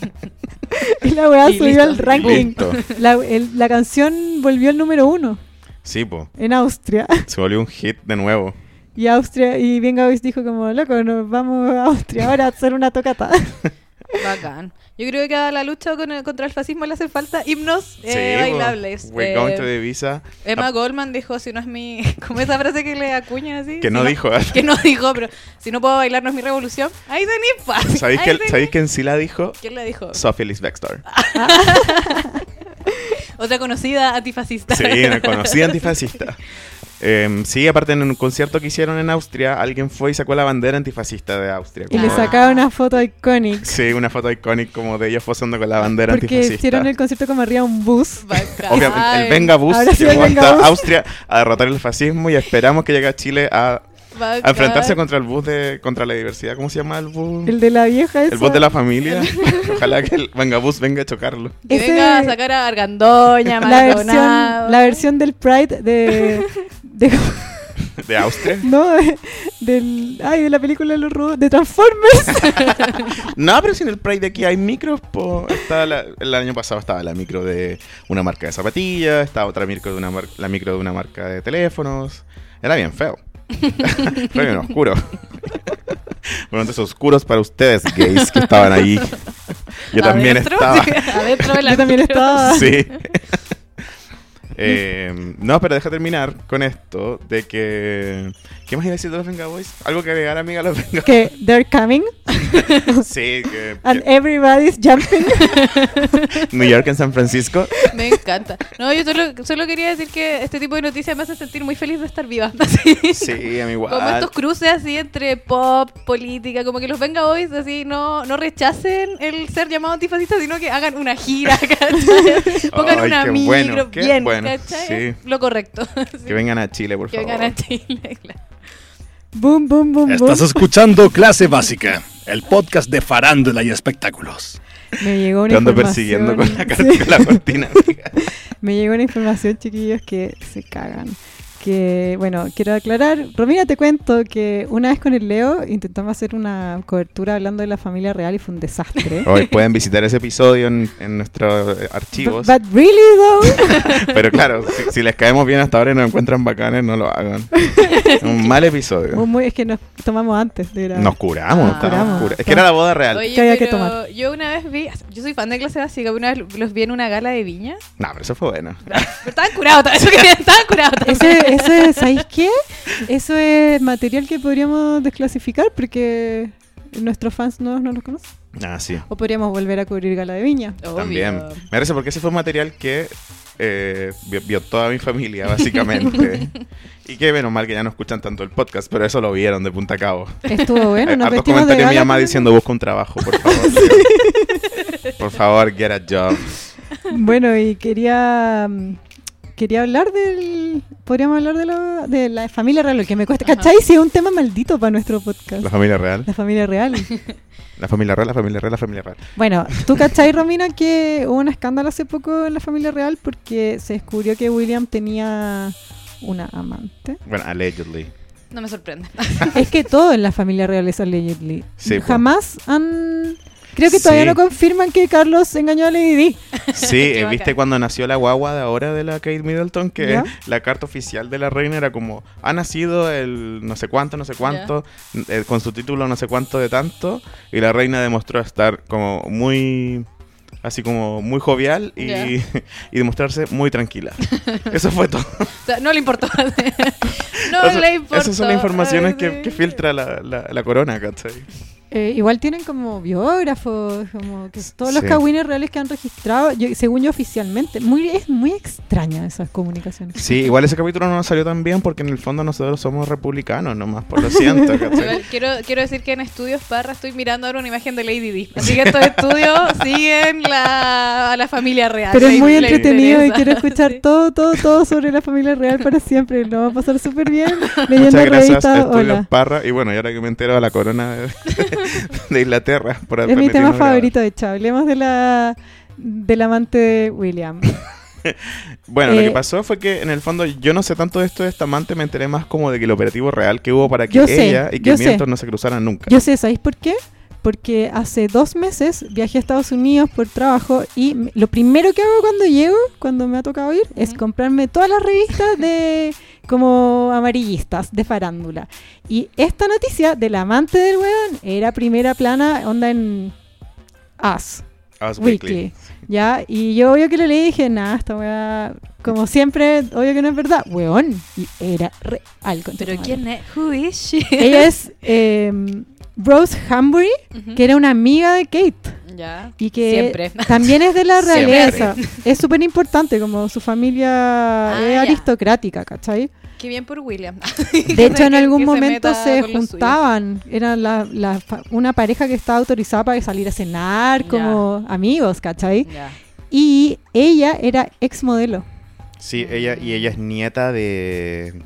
Speaker 2: y la weá
Speaker 4: Y
Speaker 2: subió
Speaker 4: listo.
Speaker 2: al ranking.
Speaker 1: Listo.
Speaker 2: La, el- la canción volvió al número uno
Speaker 1: Sí, po.
Speaker 2: en Austria.
Speaker 1: Se volvió un hit de nuevo.
Speaker 2: Y Austria, y Venga Boys dijo como, loco, nos vamos a Austria ahora a hacer una tocata.
Speaker 4: Bacán. Yo creo que a la lucha con el- contra el fascismo le hacen falta himnos
Speaker 1: Sí,
Speaker 4: eh,
Speaker 1: po.
Speaker 4: bailables.
Speaker 2: este.
Speaker 1: We're
Speaker 4: Eh,
Speaker 1: going to Ibiza.
Speaker 4: Emma Goldman dijo, si no es mi... Como esa frase que le acuña así.
Speaker 1: Que
Speaker 4: si
Speaker 1: no dijo.
Speaker 4: Que no dijo, pero si no puedo bailar no es mi revolución. Ahí tenéis paz.
Speaker 1: ¿Sabéis
Speaker 4: Ahí
Speaker 1: que,
Speaker 4: tenéis-
Speaker 1: ¿sabéis quién sí la dijo?
Speaker 4: ¿Quién la dijo?
Speaker 1: Sophie Elise Bextor.
Speaker 4: Otra conocida antifascista.
Speaker 1: Sí, una conocida antifascista. Em, sí, aparte en un concierto que hicieron en Austria, alguien fue y sacó la bandera antifascista de Austria.
Speaker 2: Y
Speaker 1: como-
Speaker 2: le
Speaker 4: Ah.
Speaker 2: sacaron una foto icónica.
Speaker 1: Sí, una foto icónica como de ellos posando con la bandera
Speaker 2: Porque
Speaker 1: antifascista.
Speaker 2: hicieron el concierto como arriba de un bus.
Speaker 4: Bacán.
Speaker 1: Obviamente, el
Speaker 4: Ay,
Speaker 1: Venga Bus
Speaker 2: Ahora sí
Speaker 1: llevó
Speaker 2: el Venga
Speaker 1: hasta
Speaker 2: Bus.
Speaker 1: Austria a derrotar el fascismo y esperamos que llegue a Chile a,
Speaker 4: bacán.
Speaker 1: a enfrentarse contra el bus de contra la diversidad. ¿Cómo se llama el bus?
Speaker 2: El de la vieja esa.
Speaker 1: El bus de la familia. Ojalá que el Venga Bus venga a chocarlo.
Speaker 4: Que
Speaker 2: Ese-
Speaker 4: venga a sacar a Argandoña,
Speaker 2: la versión,
Speaker 4: Maldonado.
Speaker 2: la versión del Pride de... de-
Speaker 1: De Austria.
Speaker 2: no, de- del... Ay, de la película de los robots. De Transformers.
Speaker 1: No, pero si en el Pride de aquí hay micros, po. Está la- el año pasado estaba la micro de una marca de zapatillas, estaba otra micro de una mar- la micro de una marca de teléfonos. Era bien feo. Fue bien oscuro. Momentos oscuros para ustedes, gays, que estaban ahí. Yo también
Speaker 4: Adentro,
Speaker 1: estaba.
Speaker 4: sí, adentro de la
Speaker 2: Yo también estaba.
Speaker 1: Sí. Eh, no, pero deja terminar con esto de que... ¿Qué más iba a decir de los Venga Boys? Algo que agregar, amiga, a los Venga
Speaker 2: que they're coming
Speaker 1: Sí, que...
Speaker 2: and everybody's jumping.
Speaker 1: New York en San Francisco.
Speaker 4: Me encanta. No, yo solo, solo quería decir que este tipo de noticias me hace sentir muy feliz de estar viva. Así.
Speaker 1: Sí, a mí igual.
Speaker 4: Como estos cruces así entre pop, política, como que los Venga Boys así no, no rechacen el ser llamado antifascista, sino que hagan una gira, ¿cachai? Pongan
Speaker 1: Ay,
Speaker 4: una
Speaker 1: qué
Speaker 4: micro,
Speaker 1: bueno, qué
Speaker 4: bien,
Speaker 1: bueno,
Speaker 4: ¿cachai?
Speaker 1: sí.
Speaker 4: Lo correcto. sí.
Speaker 1: Que vengan a Chile, por
Speaker 4: Que
Speaker 1: favor.
Speaker 4: vengan a Chile, claro.
Speaker 2: Boom, boom, boom, boom.
Speaker 3: Estás escuchando Clase Básica, el podcast de farándula y espectáculos.
Speaker 2: Me llegó una
Speaker 1: Te ando
Speaker 2: información.
Speaker 1: persiguiendo con la, car-
Speaker 2: Sí.
Speaker 1: con la cortina. amiga.
Speaker 2: Me llegó una información, chiquillos, que se cagan. Que, bueno, quiero aclarar. Romina, te cuento que una vez con el Leo intentamos hacer una cobertura hablando de la familia real y fue un desastre.
Speaker 1: Hoy pueden visitar ese episodio en, en nuestros eh,
Speaker 2: But,
Speaker 1: archivos.
Speaker 2: but really, though,
Speaker 1: Pero claro, si, si les caemos bien hasta ahora y nos encuentran bacanes, no lo hagan. Un mal
Speaker 2: muy-
Speaker 1: episodio.
Speaker 2: muy- es que nos tomamos antes de grabar.
Speaker 1: Nos curamos,
Speaker 4: Ah.
Speaker 1: estábamos
Speaker 2: Curamos.
Speaker 1: cura- Es que era la boda real.
Speaker 4: Oye,
Speaker 2: Que había que
Speaker 4: pero
Speaker 2: tomar.
Speaker 4: yo una vez vi, yo soy fan de clase básica, pero una vez los vi en una gala de viña.
Speaker 1: No, pero eso fue bueno.
Speaker 4: Pero estaban curados, eso que estaban curados.
Speaker 2: Ese, ese, ¿Sabéis qué? Eso es material que podríamos desclasificar porque nuestros fans no, no los conocen.
Speaker 1: Ah, sí.
Speaker 2: O podríamos volver a cubrir Gala de Viña.
Speaker 4: Obvio.
Speaker 1: También. Me parece porque ese fue un material que eh, vio, vio toda mi familia, básicamente. y que menos mal que ya no escuchan tanto el podcast, pero eso lo vieron de punta a cabo.
Speaker 2: Estuvo bueno,
Speaker 1: Eh,
Speaker 2: nos
Speaker 1: hartos
Speaker 2: vestimos de
Speaker 1: comentarios
Speaker 2: gala.
Speaker 1: mi mamá
Speaker 2: también.
Speaker 1: diciendo busca un trabajo, por favor. por favor, get a job.
Speaker 2: Bueno, y quería mm, quería hablar del podríamos hablar de, lo- de la familia real, lo que me cuesta,
Speaker 4: Ajá.
Speaker 2: ¿cachai? Si es un tema maldito para nuestro podcast.
Speaker 1: La familia real.
Speaker 2: La familia real.
Speaker 1: La familia real, la familia real, la familia real.
Speaker 2: Bueno, ¿tú cachai, Romina, que hubo un escándalo hace poco en la familia real porque se descubrió que William tenía una amante?
Speaker 1: Bueno, allegedly.
Speaker 4: No me sorprende.
Speaker 2: es que todo en la familia real es allegedly.
Speaker 1: Sí, po.
Speaker 2: Jamás han... Creo que todavía
Speaker 1: Sí.
Speaker 2: no confirman que Carlos engañó a Lady Di.
Speaker 1: Sí,
Speaker 4: Qué
Speaker 1: eh,
Speaker 4: bacán.
Speaker 1: ¿viste cuando nació la guagua de ahora de la Kate Middleton? Que
Speaker 2: ¿Ya?
Speaker 1: la carta oficial de la reina era como, ha nacido el no sé cuánto, no sé cuánto, eh, con su título no sé cuánto de tanto, y la reina demostró estar como muy, así como muy jovial y,
Speaker 4: Ya.
Speaker 1: y demostrarse muy tranquila. Eso fue todo.
Speaker 4: O sea, no le importó. no
Speaker 1: O sea,
Speaker 4: le importó.
Speaker 1: Esas son las informaciones
Speaker 4: Ay,
Speaker 1: que,
Speaker 4: sí.
Speaker 1: que filtra la, la- la corona, ¿cachai?
Speaker 2: Eh, igual tienen como biógrafos, como que todos los
Speaker 1: Sí.
Speaker 2: cagüines reales que han registrado, yo- según yo oficialmente. Muy, es muy extraña esas comunicaciones.
Speaker 1: Sí, igual ese capítulo no nos salió tan bien porque en el fondo nosotros somos republicanos, nomás por lo siento. ¿cachai?
Speaker 4: Igual Quiero, quiero decir que en Estudios Parra estoy mirando ahora una imagen de Lady Di. Así que estos estudios siguen la, a la familia real.
Speaker 2: Pero es
Speaker 4: Lady
Speaker 2: muy
Speaker 4: Di le
Speaker 2: entretenido y
Speaker 4: interesa.
Speaker 2: quiero escuchar
Speaker 4: Sí.
Speaker 2: todo, todo, todo sobre la familia real para siempre. Lo va a pasar súper bien leyendo
Speaker 1: Muchas gracias,
Speaker 2: revistas.
Speaker 1: Estudios
Speaker 2: Hola.
Speaker 1: Parra. Y bueno, y ahora que me entero de la corona de, de Inglaterra. Por
Speaker 2: Es mi tema
Speaker 1: permitirnos grabar.
Speaker 2: favorito de hecho. Hablemos de la, del amante de William.
Speaker 1: Bueno, lo
Speaker 2: Eh,
Speaker 1: que pasó fue que en el fondo yo no sé tanto de esto de esta amante, me enteré más como de que el operativo real que hubo para que
Speaker 2: Yo sé,
Speaker 1: ella y que
Speaker 2: yo sé.
Speaker 1: Milton no se cruzaran nunca.
Speaker 2: Yo sé, ¿sabéis por qué? Porque hace dos meses viajé a Estados Unidos por trabajo y m- lo primero que hago cuando llego, cuando me ha tocado ir, es
Speaker 4: Ujú.
Speaker 2: comprarme todas las revistas de como amarillistas, de farándula. Y esta noticia del amante del weón era primera plana, onda en Us.
Speaker 1: Us
Speaker 2: Weekly. Ya, y yo obvio que lo leí y dije, nada, esta weá, como siempre, obvio que no es verdad. Weón, y era real. concha tu
Speaker 4: Pero
Speaker 2: madre.
Speaker 4: ¿quién es? Who is she?
Speaker 2: Ella es em, Rose Hambury,
Speaker 4: Ujú.
Speaker 2: que era una amiga de Kate.
Speaker 4: Ya.
Speaker 2: Y que
Speaker 4: Siempre.
Speaker 2: también es de la
Speaker 1: Siempre.
Speaker 2: realeza. Es súper importante, como su familia
Speaker 4: Ah,
Speaker 2: es
Speaker 4: ya.
Speaker 2: aristocrática, ¿cachai?
Speaker 4: Qué bien por William.
Speaker 2: De hecho, en
Speaker 4: Que-
Speaker 2: algún
Speaker 4: que
Speaker 2: momento
Speaker 4: meta
Speaker 2: se
Speaker 4: con los suyos.
Speaker 2: juntaban. Era la, la fa- una pareja que estaba autorizada para salir a cenar,
Speaker 4: Ya.
Speaker 2: como amigos, ¿cachai?
Speaker 4: Ya.
Speaker 2: Y ella era ex modelo.
Speaker 1: Sí, ella, y ella es nieta de.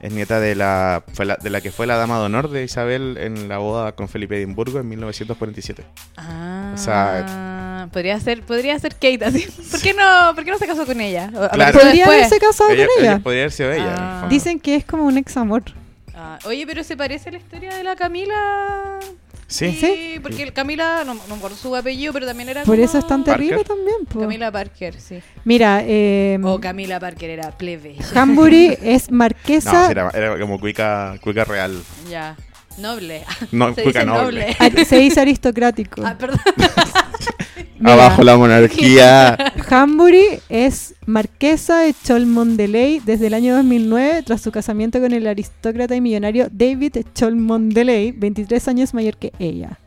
Speaker 1: Es nieta de la, fue la- de la que fue la dama de honor de Isabel en la boda con Felipe de Edimburgo en 1947.
Speaker 4: Ah,
Speaker 1: O sea-
Speaker 4: podría ser, podría ser Kate así. ¿Por qué no, por qué no se casó con ella? O-
Speaker 1: Claro.
Speaker 4: apareció
Speaker 2: Podría
Speaker 4: después.
Speaker 2: haberse casado
Speaker 1: Ella,
Speaker 2: con
Speaker 1: ella
Speaker 2: ella.
Speaker 1: podría haber sido ella. en el
Speaker 4: Ah.
Speaker 1: fondo.
Speaker 2: Dicen que es como un ex amor.
Speaker 4: Ah, oye, pero se parece a la historia de la Camila.
Speaker 1: Sí.
Speaker 4: porque el Camila, no, no me acuerdo su apellido, pero también era
Speaker 2: Por
Speaker 4: como-
Speaker 2: eso es tan terrible también. po.
Speaker 4: Camila Parker, sí.
Speaker 2: Mira, eh,
Speaker 4: O Camila Parker era plebe.
Speaker 2: Hambury es
Speaker 1: No,
Speaker 2: marquesa.
Speaker 1: sí, era, era como cuica, cuica real.
Speaker 4: Ya. Noble.
Speaker 1: No,
Speaker 4: Se
Speaker 1: cuica
Speaker 4: dice
Speaker 1: noble.
Speaker 4: noble.
Speaker 2: ar- se dice aristocrático.
Speaker 4: Ah, perdón.
Speaker 2: Mira,
Speaker 1: Abajo la monarquía.
Speaker 2: Hambury es marquesa de Cholmondeley desde el año 2009 tras su casamiento con el aristócrata y millonario David Cholmondeley, 23 años mayor que ella.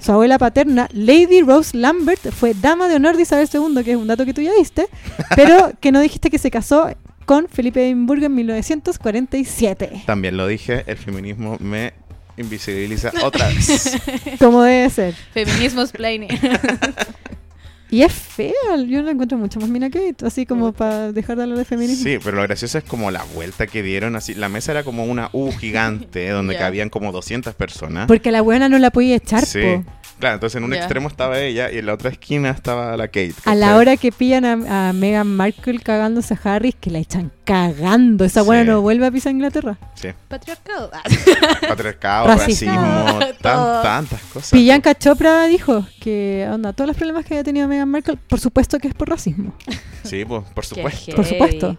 Speaker 2: Su abuela paterna, Lady Rose Lambert, fue dama de honor de Isabel II, que es un dato que tú ya diste, pero que no dijiste que se casó con Felipe de Edimburgo en 1947,
Speaker 1: También lo dije, el feminismo me invisibiliza otra vez.
Speaker 2: como debe ser.
Speaker 4: Feminismo planning.
Speaker 2: Y es fea, yo la encuentro mucho más mina que Kate, así como para dejar de hablar de feminismo.
Speaker 1: Sí, pero lo gracioso es como la vuelta que dieron. así La mesa era como una U gigante donde
Speaker 4: Ya.
Speaker 1: cabían como 200 personas.
Speaker 2: Porque la buena no la podía echar,
Speaker 1: ¿eh? Sí.
Speaker 2: po.
Speaker 1: Claro, entonces en un
Speaker 4: Ya.
Speaker 1: extremo estaba ella y en la otra esquina estaba la Kate.
Speaker 2: A
Speaker 1: ¿cachai?
Speaker 2: la hora que pillan a, a Meghan Markle cagándose a Harris, que la echan cagando. Esa
Speaker 1: Sí.
Speaker 2: buena no vuelve a pisar Inglaterra.
Speaker 1: Sí.
Speaker 4: Patriarcado. Ah,
Speaker 1: Patriarcado,
Speaker 2: Racismo.
Speaker 1: racismo, tan-
Speaker 4: Todo.
Speaker 1: tantas cosas.
Speaker 2: Priyanka Chopra dijo que, onda, todos los problemas que había tenido Meghan Markle, por supuesto que es por racismo.
Speaker 1: Sí, pues, por
Speaker 4: Qué
Speaker 1: supuesto.
Speaker 2: Por supuesto.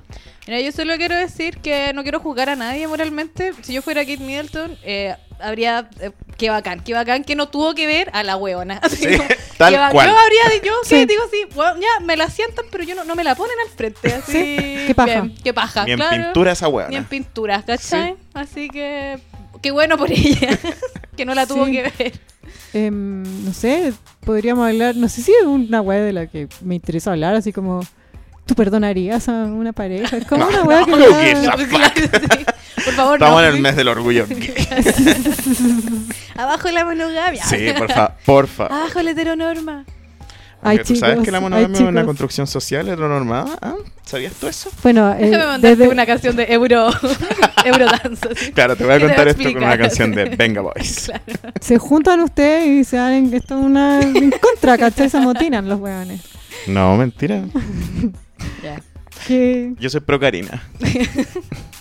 Speaker 4: Mira, yo solo quiero decir que no quiero juzgar a nadie moralmente. Si yo fuera Kate Middleton, eh, habría. eh, qué bacán, qué bacán que no tuvo que ver a la huevona. Así
Speaker 1: Sí,
Speaker 4: como,
Speaker 1: tal
Speaker 4: qué bacán.
Speaker 1: cual.
Speaker 4: Yo habría. Yo
Speaker 2: Sí.
Speaker 4: que digo así, "Bueno, ya me la sientan, pero yo no, no me la ponen al frente. Así,
Speaker 2: Sí, qué paja.
Speaker 4: bien, qué paja,
Speaker 1: Ni en
Speaker 4: claro.
Speaker 1: pintura esa hueá.
Speaker 4: Ni en pinturas, ¿cachai? Así que. Qué bueno por ella. que no la tuvo
Speaker 2: Sí.
Speaker 4: que ver.
Speaker 2: Em, no sé, podríamos hablar, no sé si es una weá de la que me interesa hablar, así como, ¿tú perdonarías a una pareja? Es como
Speaker 1: No,
Speaker 2: una weá
Speaker 1: no,
Speaker 2: que...
Speaker 1: no,
Speaker 2: ya-
Speaker 1: que
Speaker 4: Claro, sí. Por favor,
Speaker 1: Estamos
Speaker 4: no.
Speaker 1: en el mes del orgullo. gay.
Speaker 4: Abajo la monogamia.
Speaker 1: Sí, por favor. Por fa.
Speaker 4: Abajo la heteronorma.
Speaker 2: Ay,
Speaker 1: Aunque ¿Tú sabes
Speaker 2: chicos,
Speaker 1: que la
Speaker 2: ay,
Speaker 1: monogamia es una
Speaker 2: chicos.
Speaker 1: construcción social heteronormada? ¿Ah? ¿Sabías tú eso?
Speaker 2: Bueno, eh,
Speaker 4: Déjame mandarte
Speaker 2: desde,
Speaker 4: una canción de Euro Eurodance. así.
Speaker 1: Claro, te voy a
Speaker 4: Te voy a
Speaker 1: contar esto con una
Speaker 4: explicar.
Speaker 1: canción de Venga Boys.
Speaker 2: se juntan ustedes y se dan en, esto es una, en contra, ¿cachai? Se amotinan los weones.
Speaker 1: No, mentira.
Speaker 4: Ya.
Speaker 2: Que-
Speaker 1: Yo soy pro Karina.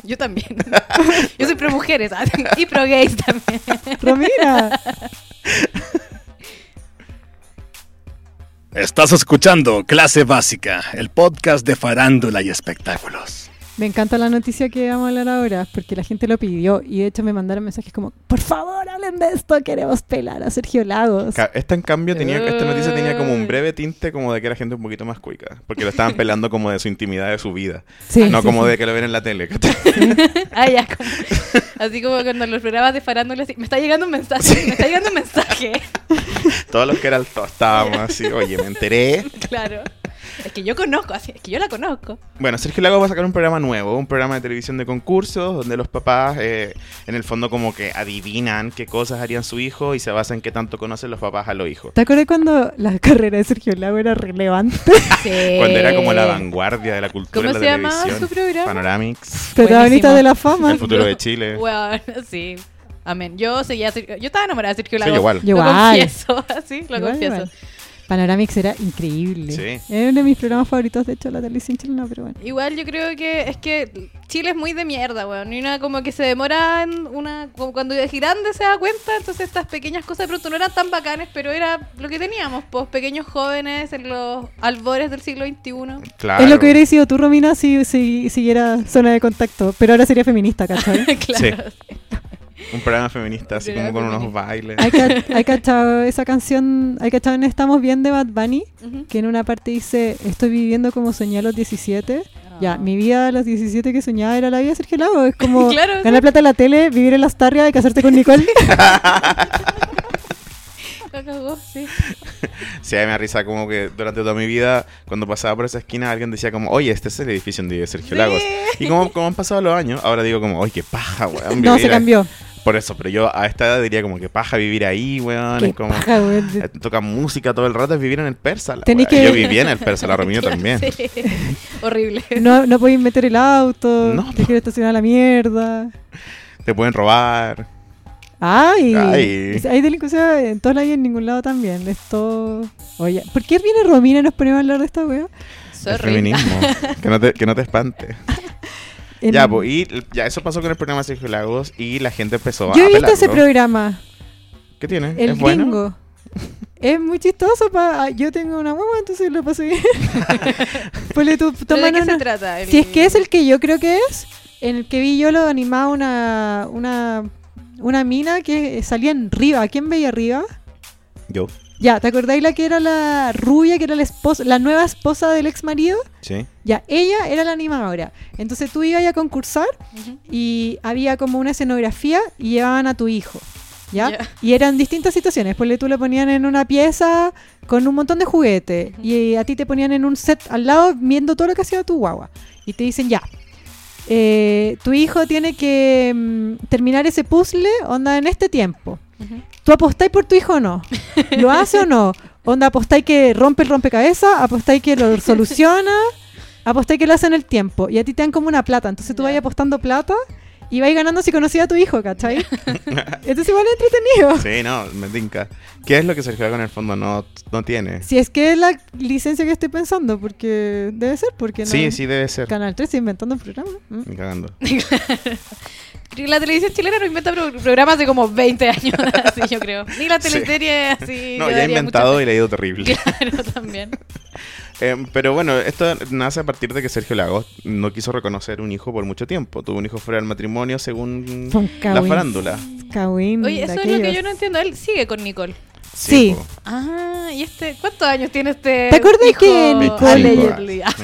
Speaker 4: Yo también. Yo soy pro mujeres ah, y pro gays también.
Speaker 2: Romina,
Speaker 3: Estás escuchando Clase Básica, el podcast de farándula y espectáculos.
Speaker 2: Me encanta la noticia que vamos a hablar ahora, porque la gente lo pidió y de hecho me mandaron mensajes como, por favor, hablen de esto, queremos pelar a Sergio Lagos.
Speaker 1: Ca- Esta, en cambio, tenía, esta noticia tenía como un breve tinte como de que era gente un poquito más cuica. Porque lo estaban pelando como de su intimidad, de su vida.
Speaker 2: Sí,
Speaker 1: no
Speaker 2: sí,
Speaker 1: como
Speaker 2: sí.
Speaker 1: de que lo ven en la tele.
Speaker 4: Ah, ya, como- así como cuando los programas de farándula, así, me está llegando un mensaje, me está llegando un mensaje.
Speaker 1: Todos los que eran todos estábamos así, oye, me enteré.
Speaker 4: Claro. Es que yo conozco, así, es que yo la conozco.
Speaker 1: Bueno, Sergio Lago va a sacar un programa nuevo, un programa de televisión de concursos, donde los papás eh, en el fondo como que adivinan qué cosas harían su hijo y se basa en qué tanto conocen los papás a los hijos.
Speaker 2: ¿Te acuerdas cuando la carrera de Sergio Lago era relevante?
Speaker 4: Sí.
Speaker 1: Cuando era como la vanguardia de la cultura
Speaker 4: Eh, ¿Cómo
Speaker 1: de la
Speaker 4: se llamaba
Speaker 1: televisión.
Speaker 4: su programa?
Speaker 1: Panoramix,
Speaker 2: Protagonista
Speaker 4: Buenísimo.
Speaker 2: de la fama.
Speaker 1: El futuro de Chile.
Speaker 4: Bueno, sí. Amén. Yo seguía a Sergio- Yo estaba enamorada de Sergio
Speaker 1: Sí,
Speaker 4: Lagos.
Speaker 1: igual.
Speaker 4: Lo
Speaker 2: Igual.
Speaker 4: confieso, sí, lo
Speaker 2: Igual,
Speaker 4: confieso.
Speaker 2: igual. Panoramix era increíble.
Speaker 1: Sí.
Speaker 2: Era uno de mis programas favoritos, de hecho, la televisión chilena, pero bueno.
Speaker 4: Igual yo creo que es que Chile es muy de mierda, weón. Y una como que se demora en una. como cuando es grande se da cuenta, entonces estas pequeñas cosas de pronto no eran tan bacanes, pero era lo que teníamos, pues pequeños jóvenes en los albores del siglo XXI.
Speaker 1: Claro.
Speaker 2: Es lo que hubiera sido tú, Romina, si, si siguiera zona de contacto. Pero ahora sería feminista, ¿cachai?
Speaker 4: claro.
Speaker 1: Un programa feminista, así
Speaker 4: Un
Speaker 1: como
Speaker 4: programa
Speaker 1: con unos
Speaker 4: feminista.
Speaker 1: bailes.
Speaker 2: ¿Hay ca- hay cachado esa canción? ¿Hay cachado en Estamos Bien de Bad Bunny?
Speaker 4: Ujú.
Speaker 2: Que en una parte dice, estoy viviendo como soñé a los 17.
Speaker 4: Ah.
Speaker 2: Ya, mi vida a los 17 que soñaba era la vida de Sergio Lago. Es como
Speaker 4: Claro,
Speaker 2: ganar
Speaker 4: sí.
Speaker 2: plata en la tele, vivir en las tarrias y casarte con Nicole.
Speaker 4: La cagó, sí.
Speaker 1: Sí, a mí me da risa como que durante toda mi vida, cuando pasaba por esa esquina, alguien decía como, oye, este es el edificio donde vive Sergio
Speaker 4: Sí.
Speaker 1: Lagos. Y como, como han pasado los años, ahora digo como, oye, qué paja, weón.
Speaker 2: no,
Speaker 1: vivir
Speaker 2: se
Speaker 1: a-
Speaker 2: cambió.
Speaker 1: Por eso, pero yo a esta edad diría como que paja vivir ahí, weón.
Speaker 2: Qué
Speaker 1: es como,
Speaker 2: paja, weón.
Speaker 1: eh, toca música todo el rato, es vivir en el persa. la
Speaker 2: Tenés
Speaker 1: weá.
Speaker 2: que-
Speaker 1: Yo vivía en el persa, la Romina también.
Speaker 4: Sí. Horrible.
Speaker 2: No, no podéis meter el auto,
Speaker 1: No,
Speaker 2: te quiero estacionar a la mierda.
Speaker 1: Te pueden robar.
Speaker 2: Ay,
Speaker 1: Ay.
Speaker 2: hay delincuencia en todos lados y en ningún lado también. Esto. Oye, ¿por qué viene Romina y nos ponemos a hablar de esta wea?
Speaker 1: El
Speaker 4: Sorry.
Speaker 1: feminismo. que, no te, que no te espante.
Speaker 2: En-
Speaker 1: Ya, pues, y l- ya eso pasó con el programa Sergio Lagos y la gente empezó a
Speaker 2: Yo he visto ese
Speaker 1: pelarlo.
Speaker 2: programa,
Speaker 1: ¿Qué tiene?
Speaker 2: El
Speaker 1: ¿Es bueno?
Speaker 2: Gringo. Es muy chistoso. Pa... ah, Yo tengo una guagua, entonces lo paso bien. Ponle tú,
Speaker 4: ¿Pero
Speaker 2: toma
Speaker 4: ¿De qué
Speaker 2: una-
Speaker 4: se trata? El-
Speaker 2: Si es que es el que yo creo que es, en el que vi yo lo animaba una, una, una mina que salía en Riva. ¿Quién veía Riva?
Speaker 1: Yo.
Speaker 2: Ya, ¿te acordáis la que era la rubia, que era la esposa, la nueva esposa del ex marido?
Speaker 1: Sí.
Speaker 2: Ya, ella era la animadora. Entonces tú ibas a concursar
Speaker 4: Ujú.
Speaker 2: y había como una escenografía y llevaban a tu hijo. ¿Ya?
Speaker 4: Ya.
Speaker 2: Y eran distintas situaciones. Ponle tú lo ponían en una pieza con un montón de juguetes. Y a ti te ponían en un set al lado viendo todo lo que hacía tu guagua. Y te dicen, ya, eh, tu hijo tiene que mm, terminar ese puzzle, onda, en este tiempo.
Speaker 4: Ujú.
Speaker 2: ¿Tú apostáis por tu hijo o no? ¿Lo hace o no? Onda, apostáis que rompe el rompecabezas, apostáis que lo soluciona, apostáis que lo hace en el tiempo. Y a ti te dan como una plata. Entonces tú
Speaker 4: Ya.
Speaker 2: vas apostando plata y vas ganando si conocías a tu hijo, ¿cachai? Entonces igual es entretenido.
Speaker 1: Sí, no, me tinca. ¿Qué es lo que Sergio Lago en el fondo no, no tiene?
Speaker 2: Si es que es la licencia que estoy pensando, porque debe ser, porque no.
Speaker 1: Sí, sí, debe ser.
Speaker 2: Canal 13 inventando un programa. Mm.
Speaker 1: Ni Cagando.
Speaker 4: Creo que La televisión chilena no inventa pro- programas de como 20 años, así yo creo. Ni la teleserie así.
Speaker 1: No,
Speaker 4: yo
Speaker 1: ya he
Speaker 4: daría
Speaker 1: inventado
Speaker 4: mucha-
Speaker 1: y le ha ido terrible.
Speaker 4: Claro, también.
Speaker 1: Eh, pero bueno, esto nace a partir de que Sergio Lagos no quiso reconocer un hijo por mucho tiempo. Tuvo un hijo fuera del matrimonio según
Speaker 2: Son
Speaker 1: la
Speaker 2: cagüins.
Speaker 1: farándula.
Speaker 2: Cagüín
Speaker 4: Oye,
Speaker 2: de
Speaker 4: eso es lo que
Speaker 2: Mm, aquellos.
Speaker 4: yo no entiendo. Él sigue con Nicole.
Speaker 2: Sí.
Speaker 1: po.
Speaker 4: Ah, ¿y este? ¿Cuántos años tiene este?
Speaker 2: ¿Te acuerdas
Speaker 4: hijo
Speaker 2: que Nicole-
Speaker 4: allegedly? Ah,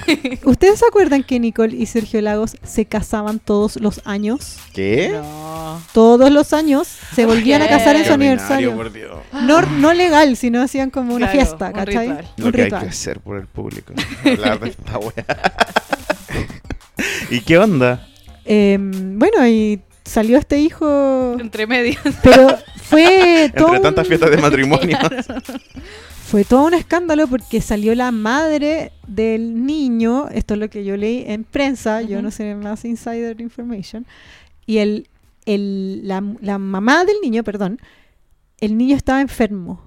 Speaker 2: ¿Ustedes se acuerdan que Nicole y Sergio Lagos se casaban todos los años?
Speaker 1: ¿Qué?
Speaker 4: No.
Speaker 2: Todos los años se volvían a casar en su
Speaker 1: Qué ordinario,
Speaker 2: aniversario.
Speaker 1: por Dios.
Speaker 2: No, no legal, sino hacían como una
Speaker 4: Claro,
Speaker 2: fiesta,
Speaker 4: un
Speaker 2: ¿cachai?
Speaker 4: ritual.
Speaker 1: Lo que hay que hacer por el público. Hablar de esta wea. ¿Y qué onda?
Speaker 2: Eh, bueno, y salió este hijo,
Speaker 4: Entre medias.
Speaker 2: pero fue todo,
Speaker 1: Entre tantas
Speaker 2: un-
Speaker 1: fiestas de matrimonio.
Speaker 2: fue todo un escándalo porque salió la madre del niño, esto es lo que yo leí en prensa, yo
Speaker 4: Ujú.
Speaker 2: no sé más insider information, y el, el- la, la mamá del niño, perdón, el niño estaba enfermo.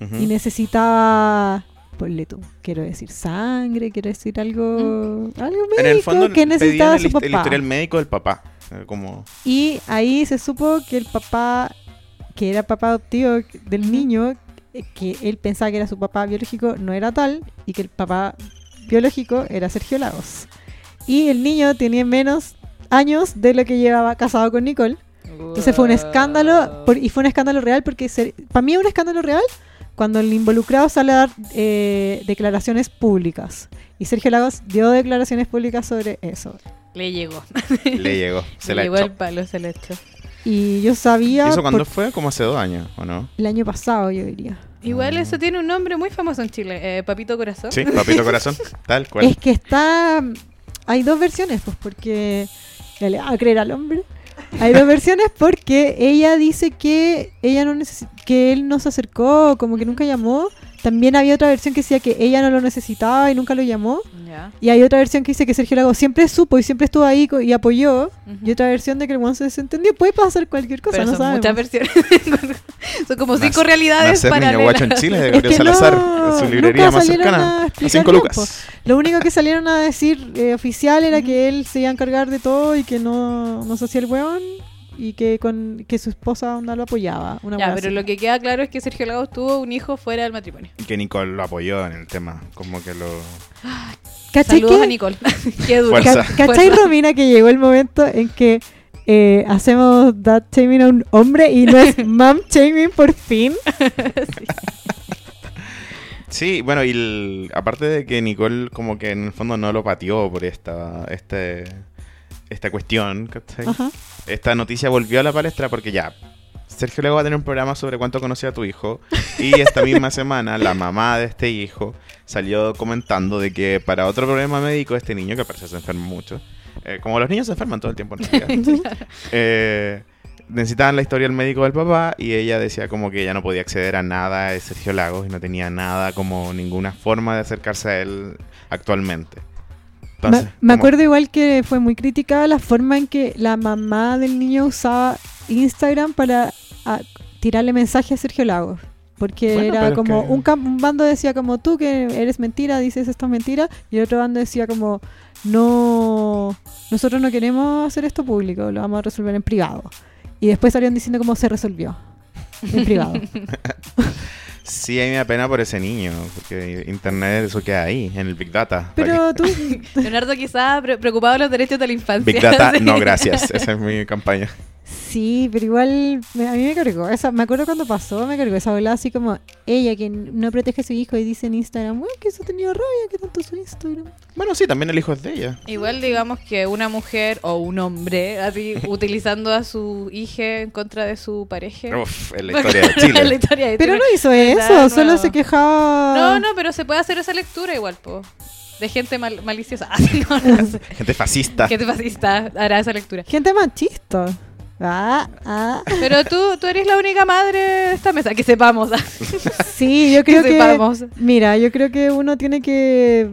Speaker 1: Ujú.
Speaker 2: y necesitaba ponle tú, quiero decir sangre, quiero decir algo, algo médico
Speaker 1: En el fondo
Speaker 2: que necesitaba
Speaker 1: pedían el,
Speaker 2: su
Speaker 1: hist- el
Speaker 2: papá.
Speaker 1: historial médico del papá. Eh, Como,
Speaker 2: Y ahí se supo que el papá, que era papá adoptivo del niño, eh, que él pensaba que era su papá biológico, no era tal, y que el papá biológico era Sergio Lagos. y el niño tenía menos años de lo que llevaba casado con Nicole. Entonces fue un escándalo, por- y fue un escándalo real porque para mí es un escándalo real cuando el involucrado sale a dar eh, declaraciones públicas. Y Sergio Lagos dio declaraciones públicas sobre eso.
Speaker 4: Le llegó.
Speaker 1: Le llegó, se la
Speaker 4: llegó
Speaker 1: echó.
Speaker 4: el palo, se la echó.
Speaker 2: Y yo
Speaker 1: ¿Y
Speaker 2: sabía
Speaker 1: eso cuándo
Speaker 2: por-
Speaker 1: fue? Como hace dos años, ¿o no?
Speaker 2: el año pasado, yo diría.
Speaker 4: Igual eso tiene un nombre muy famoso en Chile, eh, Papito Corazón.
Speaker 1: Mm. Sí, papito corazón, tal cual.
Speaker 2: Es que está. Hay dos versiones, pues, porque. Ya le va a creer al hombre. Hay dos versiones porque ella dice que ella no necesi- que él no se acercó, como que nunca llamó. También había otra versión que decía que ella no lo necesitaba y nunca lo llamó.
Speaker 4: Ya.
Speaker 2: Y hay otra versión que dice que Sergio Lago siempre supo y siempre estuvo ahí co- y apoyó.
Speaker 4: Ujú.
Speaker 2: Y otra versión de que el guan se desentendió. Puede pasar cualquier cosa,
Speaker 4: Pero
Speaker 2: no
Speaker 4: son
Speaker 2: sabemos.
Speaker 4: muchas versiones. son como
Speaker 1: Nace-
Speaker 4: cinco realidades
Speaker 1: Nacer
Speaker 4: paralelas.
Speaker 1: niño guacho en Chile de
Speaker 2: Es
Speaker 1: Gabriel
Speaker 2: que
Speaker 1: Salazar,
Speaker 2: no,
Speaker 1: en su librería
Speaker 2: nunca
Speaker 1: más
Speaker 2: salieron a
Speaker 1: cercana. A
Speaker 2: explicar
Speaker 1: 5
Speaker 2: bien,
Speaker 1: lucas.
Speaker 2: Lo único que salieron a decir eh, oficial era que él se iba a encargar de todo y que no, no se hacía el hueón y que con que su esposa onda lo apoyaba. Una
Speaker 4: Ya,
Speaker 2: hueá
Speaker 4: pero
Speaker 2: así.
Speaker 4: lo que queda claro es que Sergio Lagos tuvo un hijo fuera del matrimonio.
Speaker 1: Y que Nicole lo apoyó en el tema. Como que lo.
Speaker 2: ¿Cachai
Speaker 4: Saludos
Speaker 2: que-
Speaker 4: a Nicole. Qué duro.
Speaker 1: Fuerza.
Speaker 2: ca- ¿Cachai,
Speaker 4: Fuerza.
Speaker 2: Romina, que llegó el momento en que eh, hacemos that shaming a un hombre y no es mom shaming por fin?
Speaker 1: Sí, bueno, y el- aparte de que Nicole, como que en el fondo no lo pateó por esta. Este, esta cuestión, ¿cachai?
Speaker 2: Ajá.
Speaker 1: esta noticia volvió a la palestra porque ya. Sergio Lego va a tener un programa sobre cuánto conocía a tu hijo. Y esta misma semana, la mamá de este hijo salió comentando de que para otro problema médico, este niño, que parece que se enferma mucho, eh, como los niños se enferman todo el tiempo en realidad, eh, necesitaban la historia del médico del papá. Y ella decía como que ella no podía acceder a nada de Sergio Lagos y no tenía nada, como ninguna forma de acercarse a él actualmente. Entonces,
Speaker 2: me, me
Speaker 1: como-
Speaker 2: acuerdo igual que fue muy criticada la forma en que la mamá del niño usaba Instagram para a, tirarle mensaje a Sergio Lagos. Porque
Speaker 1: Bueno, pero
Speaker 2: era
Speaker 1: es
Speaker 2: como
Speaker 1: que-
Speaker 2: un, cam- un bando decía como tú que eres mentira, dices estas mentiras, y el otro bando decía como no, nosotros no queremos hacer esto público, lo vamos a resolver en privado. Y después salieron diciendo cómo se resolvió en privado.
Speaker 1: Sí, a mí me da pena por ese niño, porque Internet eso queda ahí, en el Big Data.
Speaker 2: Pero tú,
Speaker 4: Leonardo quizá pre- preocupado por los derechos de la infancia.
Speaker 1: Big Data,
Speaker 4: Sí.
Speaker 1: no, gracias. Esa es mi campaña.
Speaker 2: Sí, pero igual me- a mí me cargó. Esa, me acuerdo cuando pasó, me cargó esa bola así como ella que no protege a su hijo y dice en Instagram, bueno, que eso tenía rabia, que tanto su Instagram.
Speaker 4: Este
Speaker 1: Bueno, sí, también el hijo es de ella.
Speaker 4: Igual digamos que una mujer o un hombre así utilizando a su hija en contra de su pareja.
Speaker 1: Uf, es la historia de Chile.
Speaker 4: La historia de
Speaker 2: Pero
Speaker 4: Chile.
Speaker 2: no hizo
Speaker 4: nuevo.
Speaker 2: eso, solo se quejaba.
Speaker 4: No, no, pero se puede hacer esa lectura igual, po. De gente mal- maliciosa. Ah, sí, no, no sé.
Speaker 1: Gente fascista.
Speaker 4: Gente fascista hará esa lectura.
Speaker 2: Gente machista. Ah, ah.
Speaker 4: Pero tú, tú eres la única madre de esta mesa, que sepamos. ah.
Speaker 2: Sí, yo creo que.
Speaker 4: sepamos.
Speaker 2: Mira, yo creo que uno tiene que,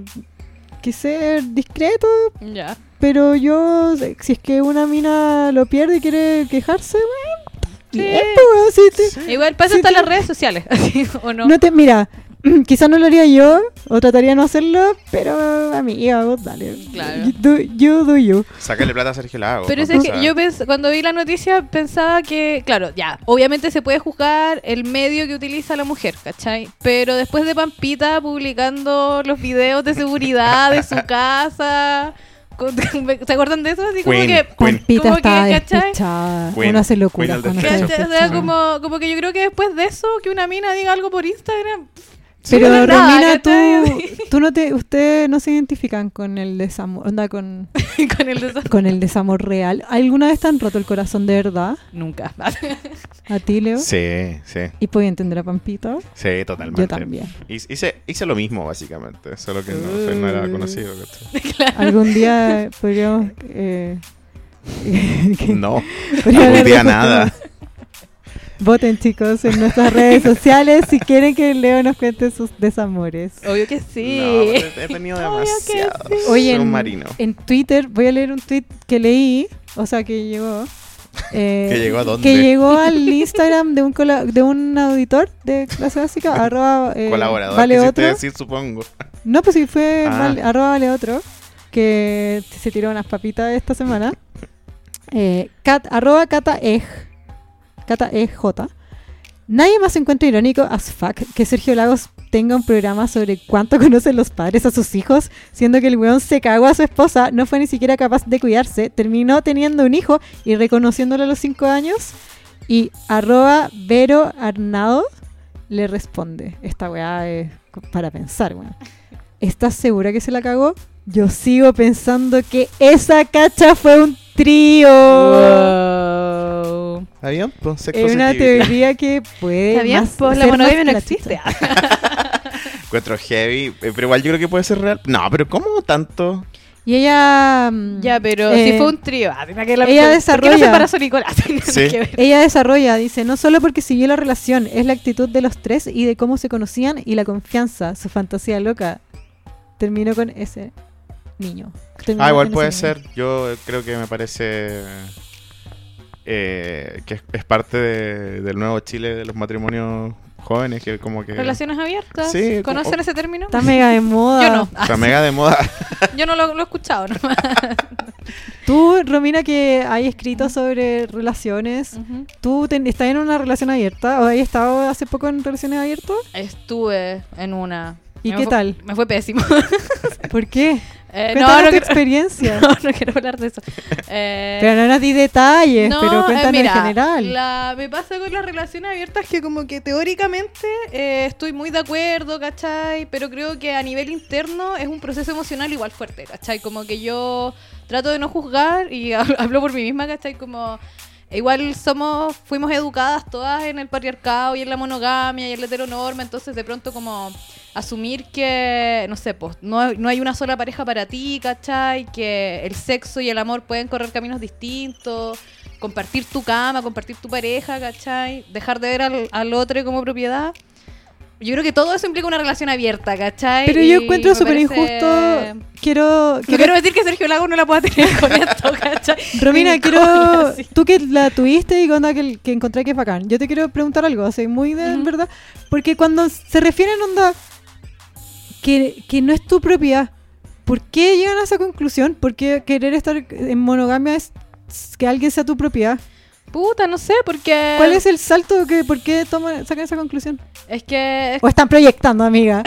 Speaker 2: que ser discreto,
Speaker 4: Ya.
Speaker 2: pero yo, si es que una mina lo pierde y quiere quejarse, weón.
Speaker 4: Sí.
Speaker 2: bien, pues, weón, sí, te-
Speaker 4: Igual pasa
Speaker 2: Sí,
Speaker 4: hasta
Speaker 2: te-
Speaker 4: las redes sociales, así, ¿o no?
Speaker 2: No te, mira, quizás no lo haría yo, o trataría de no hacerlo, pero amiga, vos dale.
Speaker 4: Claro.
Speaker 2: You do, you do you.
Speaker 1: Sácale plata a Sergio Lago.
Speaker 4: Pero es
Speaker 1: ¿no? O
Speaker 4: que
Speaker 1: sea,
Speaker 4: yo pens- cuando vi la noticia pensaba que, claro, ya, obviamente se puede juzgar el medio que utiliza la mujer, ¿cachai? Pero después de Pampita publicando los videos de seguridad de su casa, con- ¿se acuerdan de eso? Así como
Speaker 1: Queen,
Speaker 4: que...
Speaker 1: Queen.
Speaker 2: Pampita
Speaker 4: Como
Speaker 2: está
Speaker 4: que, ¿cachai?
Speaker 2: despechada.
Speaker 1: Queen,
Speaker 2: Uno hace locura
Speaker 1: Queen al
Speaker 2: cuando está
Speaker 1: despecho.
Speaker 4: ¿cachai? O sea,
Speaker 2: despechada.
Speaker 4: como, como que yo creo que después de eso, que una mina diga algo por Instagram...
Speaker 2: Pero
Speaker 4: no es nada,
Speaker 2: Romina, tú,
Speaker 4: ¿cachai?
Speaker 2: tú no te, ustedes no se identifican con el desamor, onda con,
Speaker 4: con el de
Speaker 2: con el desamor real. ¿Alguna vez te han roto el corazón de verdad?
Speaker 4: Nunca.
Speaker 2: A ti, Leo.
Speaker 1: Sí, sí,
Speaker 2: Y podía entender a Pampita.
Speaker 1: sí, totalmente.
Speaker 2: Yo también.
Speaker 1: Hice- Hice, hice lo mismo, básicamente, solo que no, fue- no era conocido. ¿cachai?
Speaker 2: Algún día podríamos. eh,
Speaker 1: No,
Speaker 2: podría
Speaker 1: algún
Speaker 2: hablar de
Speaker 1: día
Speaker 2: esos
Speaker 1: nada.
Speaker 2: Voten chicos en nuestras redes sociales si quieren que Leo nos cuente sus desamores.
Speaker 4: Obvio que sí.
Speaker 1: No, he tenido demasiado.
Speaker 2: Oye, en,
Speaker 1: Submarino.
Speaker 2: en Twitter voy a leer un tweet que leí, o sea que llegó. eh,
Speaker 1: ¿Que llegó a dónde?
Speaker 2: que llegó al Instagram de un cola- de un auditor de clase básica, arroba eh,
Speaker 1: Colaborador,
Speaker 2: vale
Speaker 1: quisiste
Speaker 2: otro.
Speaker 1: decir, supongo.
Speaker 2: No, pues sí fue
Speaker 1: Ah.
Speaker 2: val- arroba vale otro, que se tiró unas papitas esta semana. Eh, cat, arroba cataej, cataej, Nadie más encuentra irónico as fuck que Sergio Lagos tenga un programa sobre cuánto conocen los padres a sus hijos, siendo que el weón se cagó a su esposa, no fue ni siquiera capaz de cuidarse, terminó teniendo un hijo y reconociéndolo a los 5 años. Y arroba Vero Arnado le responde. Esta weá es para pensar, weón. ¿Estás segura que se la cagó? Yo sigo pensando que esa cacha fue un trío.
Speaker 4: Wow.
Speaker 1: ¿Está bien? pues, Pon sex
Speaker 2: Es Eh, una
Speaker 1: positivity.
Speaker 2: teoría que puede.
Speaker 4: Está bien,
Speaker 2: más-
Speaker 4: pues la
Speaker 2: ser más
Speaker 4: monogamia
Speaker 2: que
Speaker 4: no
Speaker 2: la chucha.
Speaker 4: existe.
Speaker 1: Encuentro heavy, eh, pero igual yo creo que puede ser real. No, pero ¿cómo tanto?
Speaker 2: Y ella. mm,
Speaker 4: ya, pero
Speaker 2: eh,
Speaker 4: si fue un trío. ah, tenía que la-
Speaker 2: ella
Speaker 4: ¿Por qué
Speaker 2: desarrolla-
Speaker 4: no se para su Nicolás? Tenía
Speaker 1: Sí.
Speaker 4: que ver.
Speaker 2: Ella desarrolla, dice, no solo porque siguió la relación, es la actitud de los tres y de cómo se conocían y la confianza, su fantasía loca. Terminó con ese niño. Terminó
Speaker 1: Ah, igual
Speaker 2: con
Speaker 1: puede
Speaker 2: ese niño.
Speaker 1: ser. Yo eh, creo que me parece eh, que es, es parte de- del nuevo Chile de los matrimonios jóvenes, que como que...
Speaker 4: Relaciones abiertas.
Speaker 1: Eh, Sí,
Speaker 4: ¿Conocen
Speaker 1: como-
Speaker 4: ese término?
Speaker 2: Está mega de moda.
Speaker 4: Yo no. Ah,
Speaker 1: Está mega de moda.
Speaker 4: Yo no lo, lo he escuchado. ¿no?
Speaker 2: Tú, Romina, que hay escrito sobre relaciones, ¿tú ten- estás en una relación abierta o has estado hace poco en relaciones abiertas?
Speaker 4: Estuve en una.
Speaker 2: ¿Y
Speaker 4: Me
Speaker 2: qué
Speaker 4: fue-
Speaker 2: tal?
Speaker 4: Me fue pésimo.
Speaker 2: ¿Por qué?
Speaker 4: Eh, no,
Speaker 2: Cuéntanos
Speaker 4: no
Speaker 2: tu
Speaker 4: quiero-
Speaker 2: experiencia.
Speaker 4: No, no quiero hablar de eso. Eh,
Speaker 2: Pero no nos di detalles,
Speaker 4: no,
Speaker 2: pero
Speaker 4: eh,
Speaker 2: cuéntanos
Speaker 4: mira,
Speaker 2: en general.
Speaker 4: la- me pasa con las relaciones abiertas que como que teóricamente eh, estoy muy de acuerdo, ¿cachai? Pero creo que a nivel interno es un proceso emocional igual fuerte, ¿cachai? Como que yo trato de no juzgar y hab- hablo por mí misma, ¿cachai? Como igual somos, fuimos educadas todas en el patriarcado y en la monogamia y en la heteronorma, entonces de pronto como asumir que, no sé, pues no, no hay una sola pareja para ti, ¿cachai? Que el sexo y el amor pueden correr caminos distintos, compartir tu cama, compartir tu pareja, ¿cachai? Dejar de ver al, al otro como propiedad. Yo creo que todo eso implica una relación abierta, ¿cachai?
Speaker 2: Pero
Speaker 4: Y
Speaker 2: yo encuentro
Speaker 4: me
Speaker 2: súper
Speaker 4: parece-
Speaker 2: injusto. Quiero,
Speaker 4: No quiero decir que Sergio Lago no la pueda tener con esto, ¿cachai?
Speaker 2: Romina,
Speaker 4: Ni
Speaker 2: quiero.
Speaker 4: Nicola, sí.
Speaker 2: Tú que la tuviste y que onda que, que encontré que es bacán. Yo te quiero preguntar algo, así, muy de
Speaker 4: Ujú.
Speaker 2: verdad. Porque cuando se refieren onda que, que no es tu propiedad, ¿por qué llegan a esa conclusión? ¿Por qué querer estar en monogamia es que alguien sea tu propiedad?
Speaker 4: Puta, no sé, porque...
Speaker 2: ¿Cuál es el salto? que ¿Por qué toman, sacan esa conclusión?
Speaker 4: Es que... es-
Speaker 2: ¿O están proyectando, amiga?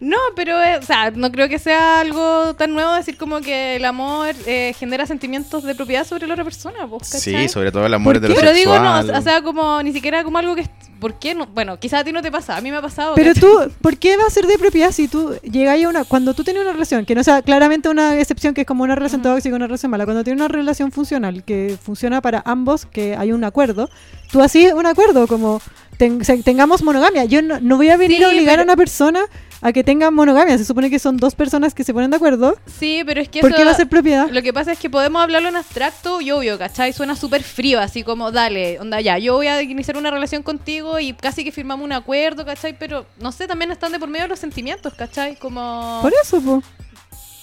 Speaker 4: No, pero, eh, o sea, no creo que sea algo tan nuevo decir como que el amor eh, genera sentimientos de propiedad sobre la otra persona, ¿vos,
Speaker 1: Sí,
Speaker 4: ¿cachai?
Speaker 1: sobre todo el amor
Speaker 2: ¿Por qué?
Speaker 1: heterosexual.
Speaker 4: Pero digo, no, o sea, como ni siquiera como algo que... es- ¿Por qué no? Bueno, quizás a ti no te pasa, a mí me ha pasado.
Speaker 2: Pero
Speaker 4: ¿cachai?
Speaker 2: tú, ¿por qué va a ser de propiedad si tú llegas a una. Cuando tú tienes una relación, que no sea claramente una excepción, que es como una relación
Speaker 4: Ujú.
Speaker 2: tóxica, una relación mala, cuando tienes una relación funcional que funciona para ambos, que hay un acuerdo, tú haces un acuerdo como ten- se- tengamos monogamia. Yo no, no voy a venir
Speaker 4: Sí,
Speaker 2: a obligar
Speaker 4: pero-
Speaker 2: a una persona a que tenga monogamia. Se supone que son dos personas que se ponen de acuerdo.
Speaker 4: Sí, pero es que
Speaker 2: ¿Por
Speaker 4: eso...
Speaker 2: qué va a ser propiedad?
Speaker 4: Lo que pasa es que podemos hablarlo en abstracto y obvio, ¿cachai? Suena súper frío, así como, dale, onda, ya, yo voy a iniciar una relación contigo y casi que firmamos un acuerdo, ¿cachai? Pero, no sé, también están de por medio los sentimientos, ¿cachai? Como...
Speaker 2: Por eso, po.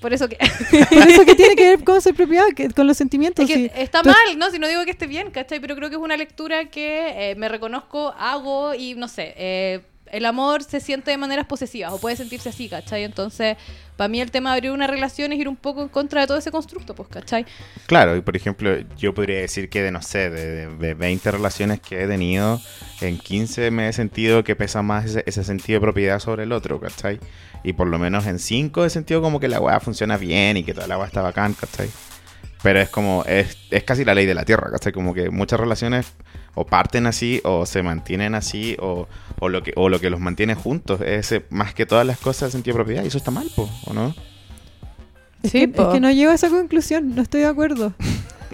Speaker 4: Por eso que...
Speaker 2: Por eso que tiene que ver con ser propiedad, que- con los sentimientos.
Speaker 4: Es que
Speaker 2: sí.
Speaker 4: está
Speaker 2: tú-
Speaker 4: mal, ¿no? Si no digo que esté bien, ¿cachai? Pero creo que es una lectura que eh, me reconozco, hago y no sé. eh, el amor se siente de maneras posesivas o puede sentirse así, ¿cachai? Entonces, para mí el tema de abrir una relación es ir un poco en contra de todo ese constructo, pues, ¿cachai?
Speaker 1: Claro, y por ejemplo, yo podría decir que de, no sé, de, de- de 20 relaciones que he tenido, en 15 me he sentido que pesa más ese, ese sentido de propiedad sobre el otro, ¿cachai? Y por lo menos en 5 he sentido como que la weá funciona bien y que toda la weá está bacán, ¿cachai? Pero es como, es, es casi la ley de la tierra, ¿cachai? Como que muchas relaciones o parten así, o se mantienen así, o, o lo, que, o lo que los mantiene juntos, es eh, más que todas las cosas el sentido de propiedad, y eso está mal, po, ¿o no?
Speaker 2: es
Speaker 4: Sí,
Speaker 2: que-
Speaker 4: po.
Speaker 2: es que no llego a esa conclusión, no estoy de acuerdo.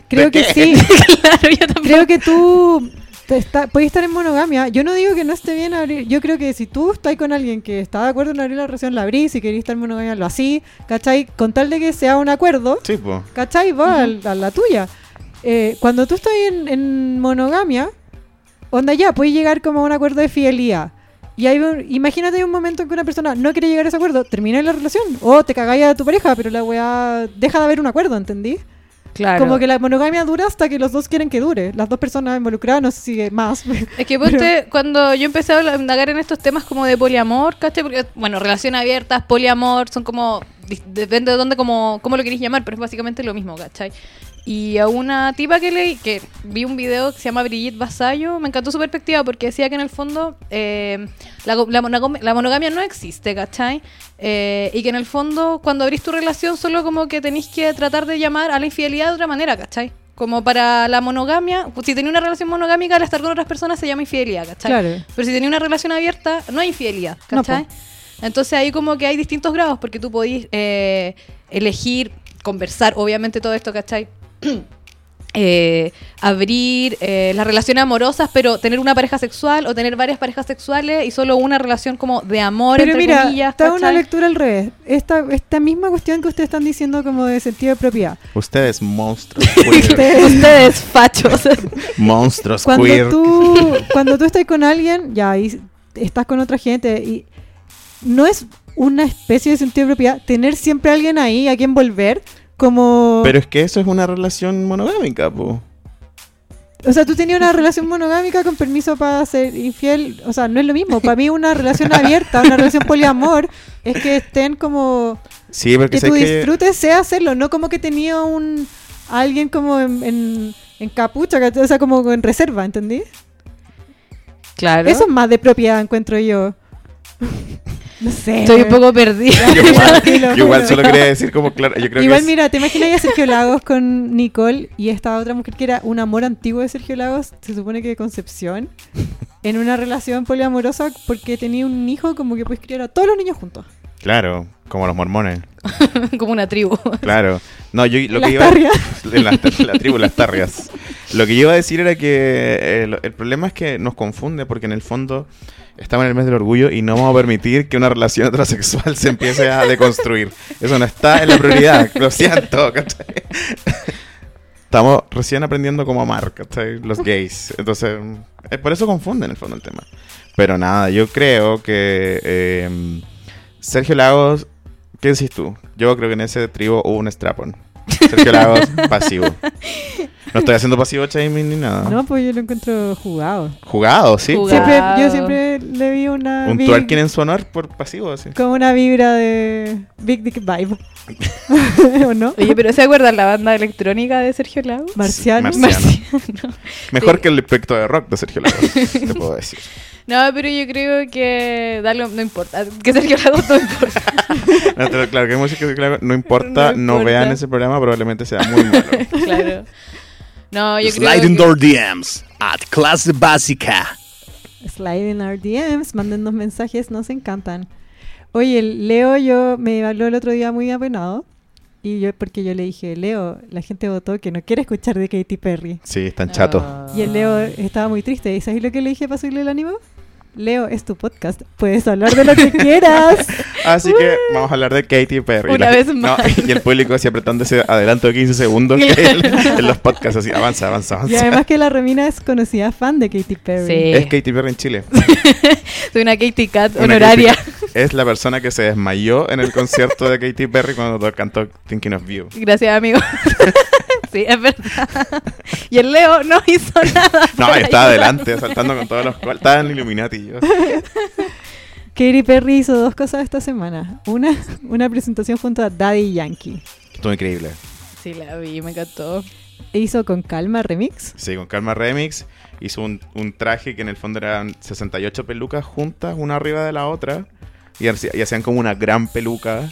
Speaker 2: Creo que
Speaker 1: qué?
Speaker 2: sí.
Speaker 4: claro, yo también.
Speaker 2: creo que tú te está, puedes estar en monogamia. Yo no digo que no esté bien abrir. Yo creo que si tú estás con alguien que está de acuerdo en abrir la relación, la abrís. Si querés estar en monogamia, lo así. ¿Cachai? Con tal de que sea un acuerdo,
Speaker 1: Sí, po.
Speaker 2: ¿cachai? Va al- a la tuya. Eh, cuando tú estás en, en monogamia, onda ya, puedes llegar como a un acuerdo de fidelidad. Y hay un- imagínate un momento en que una persona no quiere llegar a ese acuerdo, termina la relación. O te cagáis a tu pareja, pero la weá deja de haber un acuerdo, ¿entendí?
Speaker 4: Claro.
Speaker 2: Como que la monogamia dura hasta que los dos quieren que dure. Las dos personas involucradas no sé si más.
Speaker 4: Es que ponte, cuando yo empecé a hablar- indagar en estos temas como de poliamor, ¿cachai? Porque, bueno, relaciones abiertas, poliamor, son como. di- Depende de dónde, como, cómo lo queréis llamar, pero es básicamente lo mismo, ¿cachai? Y a una tipa que leí, que vi un video que se llama Brigitte Vasallo, me encantó su perspectiva porque decía que en el fondo eh, la, go- la monogam- la monogamia no existe, ¿cachai? Eh, y que en el fondo cuando abrís tu relación solo como que tenéis que tratar de llamar a la infidelidad de otra manera, ¿cachai? Como para la monogamia, si tenía una relación monogámica, el estar con otras personas se llama infidelidad, ¿cachai?
Speaker 2: Claro.
Speaker 4: Pero si tenía una relación abierta, no hay infidelidad,
Speaker 2: No,
Speaker 4: ¿cachai? Entonces ahí como que hay distintos grados, porque tú podís eh, elegir, conversar, obviamente todo esto, ¿cachai? Eh, abrir eh, las relaciones amorosas, pero tener una pareja sexual o tener varias parejas sexuales y solo una relación como de amor,
Speaker 2: Pero
Speaker 4: entre
Speaker 2: mira,
Speaker 4: comillas,
Speaker 2: está una
Speaker 4: ¿cachai?
Speaker 2: lectura al revés. Esta, esta misma cuestión que ustedes están diciendo como de sentido de propiedad.
Speaker 1: Pues Ustedes, monstruos queer.
Speaker 2: Ustedes-
Speaker 4: Ustedes, fachos.
Speaker 1: monstruos
Speaker 2: cuando
Speaker 1: queer.
Speaker 2: tú cuando tú estás con alguien ya y estás con otra gente y no es una especie de sentido de propiedad tener siempre a alguien ahí a quien volver como
Speaker 1: Pero es que eso es una relación monogámica, po.
Speaker 2: o sea tú tenías una relación monogámica con permiso para ser infiel o sea no es lo mismo para mí una relación abierta una relación poliamor es que estén como
Speaker 1: Sí, porque
Speaker 2: que
Speaker 1: sé
Speaker 2: tu
Speaker 1: que.
Speaker 2: disfrute sea hacerlo no como que tenía un alguien como en, en- en capucha ¿cachai? o sea como en reserva ¿entendí?
Speaker 4: Claro.
Speaker 2: Eso es más de propiedad, encuentro yo. No sé.
Speaker 4: Estoy un
Speaker 2: weón.
Speaker 4: poco perdida.
Speaker 1: Yo igual,
Speaker 2: Te lo
Speaker 1: yo igual
Speaker 2: juro.
Speaker 1: solo quería decir como claro. Yo creo
Speaker 2: Igual,
Speaker 1: que es-
Speaker 2: mira, ¿te imaginas a Sergio Lagos con Nicole y esta otra mujer que era un amor antiguo de Sergio Lagos, se supone que de Concepción, en una relación poliamorosa porque tenía un hijo como que puedes criar a todos los niños juntos?
Speaker 1: Claro, como los mormones.
Speaker 4: como una tribu.
Speaker 1: Claro. No, yo lo
Speaker 2: En las
Speaker 1: que iba
Speaker 2: tarrias.
Speaker 1: en la, en la tribu, las tarrias. Lo que yo iba a decir era que eh, el, el problema es que nos confunde porque en el fondo estamos en el mes del orgullo y no vamos a permitir que una relación heterosexual se empiece a deconstruir. Eso no está en la prioridad, lo siento. ¿cachai? Estamos recién aprendiendo cómo amar, ¿cachai? Los gays. Entonces, eh, por eso confunden en el fondo el tema. Pero nada, yo creo que eh, Sergio Lagos, ¿qué decís tú? Yo creo que en ese tribo hubo un strapon. Sergio Lagos, pasivo. No estoy haciendo pasivo shaming ni nada.
Speaker 2: No, pues yo lo encuentro jugado.
Speaker 1: Jugado, sí.
Speaker 4: Jugado.
Speaker 2: Siempre, yo siempre le vi una.
Speaker 1: Un
Speaker 2: vi-
Speaker 1: twerking en su honor por pasivo, así.
Speaker 2: Como una vibra de Big Dick Vibe. ¿O no?
Speaker 4: Oye, pero ¿se acuerdan la banda electrónica de Sergio Lago?
Speaker 2: Marciano.
Speaker 1: Marciano.
Speaker 4: Marciano.
Speaker 1: Mejor
Speaker 4: Sí.
Speaker 1: que el espectro de rock de Sergio Lagos, te puedo decir.
Speaker 4: No, pero yo creo que da lo- no importa. Que Sergio Lago no importa.
Speaker 1: No, pero claro, que hay música que claro, no importa,
Speaker 4: No
Speaker 1: no,
Speaker 4: importa.
Speaker 1: vean ese programa, probablemente sea muy malo.
Speaker 4: claro. No, yo creo
Speaker 3: Sliding
Speaker 4: que-
Speaker 3: Door DMs at Clase Básica.
Speaker 2: Slide in our DMs, mándennos mensajes, nos encantan. Oye, el Leo, yo me habló el otro día muy apenado. Y yo, porque yo le dije, Leo, la gente votó que no quiere escuchar de Katy Perry.
Speaker 1: Sí,
Speaker 4: Ah.
Speaker 1: están chatos.
Speaker 2: Y el Leo eh. estaba muy triste. ¿Y sabes lo que le dije para subirle el ánimo? Leo, es tu podcast. Puedes hablar de lo que quieras.
Speaker 1: Así que vamos a hablar de Katy Perry.
Speaker 4: Una vez más.
Speaker 1: no, y el público así apretando ese adelanto de 15 segundos que hay en- en los podcasts, así avanza, avanza,
Speaker 2: Y
Speaker 1: avanza.
Speaker 2: además que la Romina es conocida fan de Katy Perry.
Speaker 4: Sí.
Speaker 1: Es Katy Perry en Chile.
Speaker 4: Soy una Katy Cat
Speaker 1: Una
Speaker 4: honoraria.
Speaker 1: Katy- Es la persona que se desmayó en el concierto de Katy Perry cuando to- cantó Thinking of You.
Speaker 4: Gracias, amigo. sí, es verdad. Y el Leo no hizo nada.
Speaker 1: No,
Speaker 4: para
Speaker 1: estaba
Speaker 4: ayudar.
Speaker 1: adelante, saltando con todos los cual. Estaba en Illuminati. yo.
Speaker 2: Katy Perry hizo dos cosas esta semana. Una, una presentación junto a Daddy Yankee.
Speaker 1: Estuvo increíble.
Speaker 4: Sí, la vi, me encantó.
Speaker 2: E hizo con calma remix.
Speaker 1: Sí, con Karma Remix. Hizo un, un traje que en el fondo eran 68 pelucas juntas, una arriba de la otra. Y, haci- y hacían como una gran peluca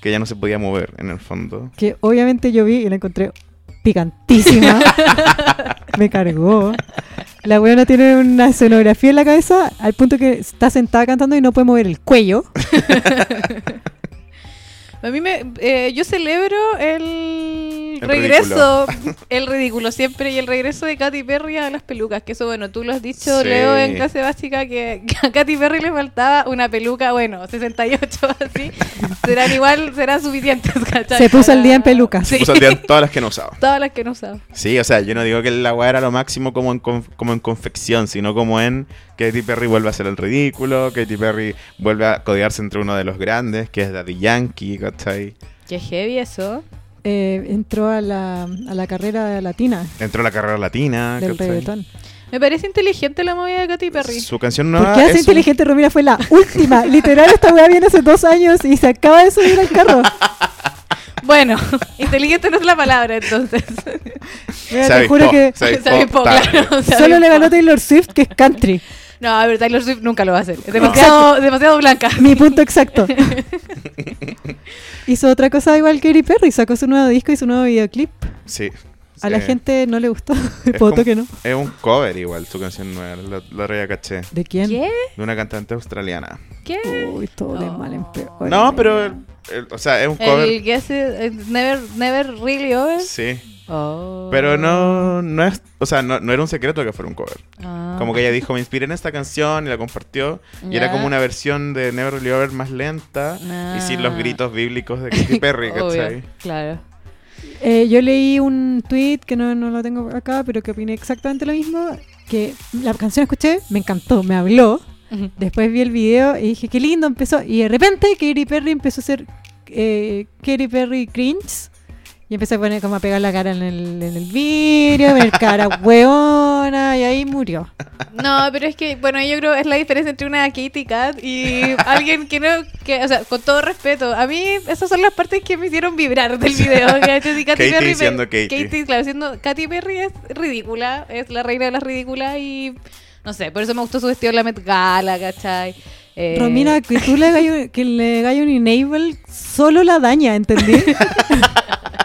Speaker 1: que ya no se podía mover en el fondo.
Speaker 2: que obviamente yo vi y la encontré picantísima. Me cargó. La weona tiene una escenografía en la cabeza al punto que está sentada cantando y no puede mover el cuello.
Speaker 4: A mí me. eh, yo celebro el,
Speaker 1: El
Speaker 4: regreso. El ridículo siempre. Y el regreso de Katy Perry a las pelucas. Que eso, bueno, tú lo has dicho,
Speaker 1: Sí.
Speaker 4: Leo, en clase básica. Que, que a Katy Perry le faltaba una peluca, bueno, 68, así. Serán igual, serán suficientes, ¿cachai?
Speaker 2: Se puso el día en
Speaker 4: Para-
Speaker 2: pelucas.
Speaker 1: Se
Speaker 4: Sí.
Speaker 1: puso al día todas las que no usaba.
Speaker 4: Todas las que no usaba.
Speaker 1: Sí, o sea, yo no digo que la weá era lo máximo como en, conf- como en confección, sino como en que Katy Perry vuelve a hacer el ridículo, Katy Perry vuelve a codearse entre uno de los grandes, que es Daddy Yankee, ¿cachai?
Speaker 4: Qué heavy eso.
Speaker 2: Eh, entró a la, a la carrera latina
Speaker 1: Entró a la carrera latina,
Speaker 2: del
Speaker 1: ¿cachai?
Speaker 2: reggaetón.
Speaker 4: Me parece inteligente la movida de Katy Perry.
Speaker 1: Su canción nueva
Speaker 2: Porque hace
Speaker 1: es un-
Speaker 2: inteligente Romina fue la última. Literal, esta weá viene hace dos años y se acaba de subir al carro.
Speaker 4: Bueno, inteligente no es la palabra, entonces.
Speaker 2: Mira,
Speaker 1: Se
Speaker 2: te juro
Speaker 1: avispó,
Speaker 2: que
Speaker 1: se avispó
Speaker 4: Sabe po,
Speaker 1: tarde.
Speaker 4: claro, sabe
Speaker 2: solo le
Speaker 4: po.
Speaker 2: ganó Taylor Swift, que es country.
Speaker 4: No, a ver, Taylor Swift nunca lo va a hacer. Es demasiado, demasiado blanca.
Speaker 2: Mi punto exacto. hizo otra cosa igual que Katy Perry, sacó su nuevo disco y su nuevo videoclip.
Speaker 1: Sí. eh,
Speaker 2: A la
Speaker 1: Sí.
Speaker 2: gente no le gustó.
Speaker 1: Es
Speaker 2: Voto
Speaker 1: como-
Speaker 2: que no.
Speaker 1: Es un cover igual, su canción nueva. La, la otra ya caché.
Speaker 2: ¿De quién?
Speaker 4: ¿Qué?
Speaker 1: De una cantante australiana.
Speaker 4: ¿Qué?
Speaker 2: Uy, todo de
Speaker 4: No.
Speaker 2: mal en peor.
Speaker 1: No, pero. el- o sea, es un cover.
Speaker 4: El Guess It- eh, Never, never Really Over.
Speaker 1: Sí.
Speaker 4: Oh.
Speaker 1: Pero no, no es. O sea, no, no era un secreto que fuera un cover.
Speaker 4: Ah.
Speaker 1: Como que ella dijo, me inspiré en esta canción y la compartió. Y era
Speaker 4: Ya.
Speaker 1: como una versión de Never Really Over más lenta
Speaker 4: Ah.
Speaker 1: y sin los gritos bíblicos de Katy Perry,
Speaker 4: Obvio,
Speaker 1: ¿cachai?
Speaker 4: Claro.
Speaker 2: Eh, yo leí un tweet que no, no lo tengo acá, pero que opiné exactamente lo mismo. Que la canción escuché, me encantó, me habló. Después vi el video y dije, qué lindo empezó. Y de repente Katy Perry empezó a ser eh, Katy Perry cringe. Y empezó a poner como a pegar la cara en el, en el vidrio, a ver cara hueona, y ahí murió.
Speaker 4: No, pero es que, bueno, yo creo que es la diferencia entre una Kitty Cat y alguien que no, que, o sea, con todo respeto, a mí esas son las partes que me hicieron vibrar del video. ¿cachai? Si
Speaker 1: Katy
Speaker 4: Perry me-
Speaker 1: siendo Katy.
Speaker 4: claro, siendo Katy Perry es ridícula, es la reina de las ridículas y, no sé, por eso me gustó su vestido en la Met Gala, ¿cachai? Eh,
Speaker 2: Romina, que tú le hagas que le hagas un enable solo la daña, ¿entendí?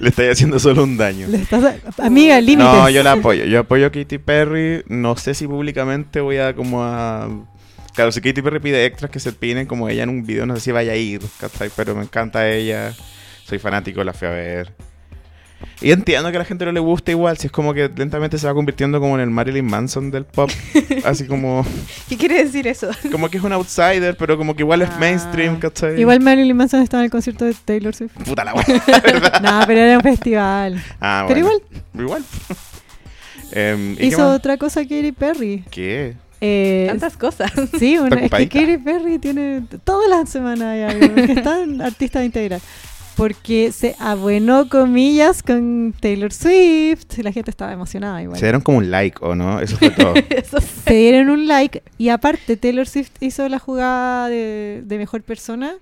Speaker 1: Le estáis haciendo solo un daño.
Speaker 2: Le estás- amiga, límites.
Speaker 1: No, yo la apoyo. Yo apoyo a Katy Perry. No sé si públicamente voy a como a... Claro, si Katy Perry pide extras que se pinen como ella en un video, no sé si vaya a ir, ¿cachai? Pero me encanta ella. Soy fanático, la fui a ver. Y entiendo que a la gente no le gusta igual, si es como que lentamente se va convirtiendo como en el Marilyn Manson del pop. Así como...
Speaker 4: ¿Qué quiere decir eso?
Speaker 1: Como que es un outsider, pero como que igual es
Speaker 4: Ah.
Speaker 1: mainstream, ¿cachai?
Speaker 2: Igual Marilyn Manson estaba en el concierto de Taylor Swift.
Speaker 1: Puta la wea.
Speaker 2: No, pero era un festival.
Speaker 1: Ah,
Speaker 2: Pero
Speaker 1: bueno. Igual. Em, ¿y qué
Speaker 2: Hizo
Speaker 1: más?
Speaker 2: otra cosa Katy Perry.
Speaker 1: ¿Qué?
Speaker 2: Eh,
Speaker 4: Tantas cosas.
Speaker 2: sí, bueno, es que
Speaker 1: ocupadita.
Speaker 2: Katy Perry tiene todas las semanas hay algo, que está en artista integral. Porque se abuenó comillas con Taylor Swift. La gente estaba emocionada igual.
Speaker 1: Se dieron como un like, ¿o no? Eso fue todo.
Speaker 4: Eso sí.
Speaker 2: se dieron un like y aparte Taylor Swift hizo la jugada de, de mejor persona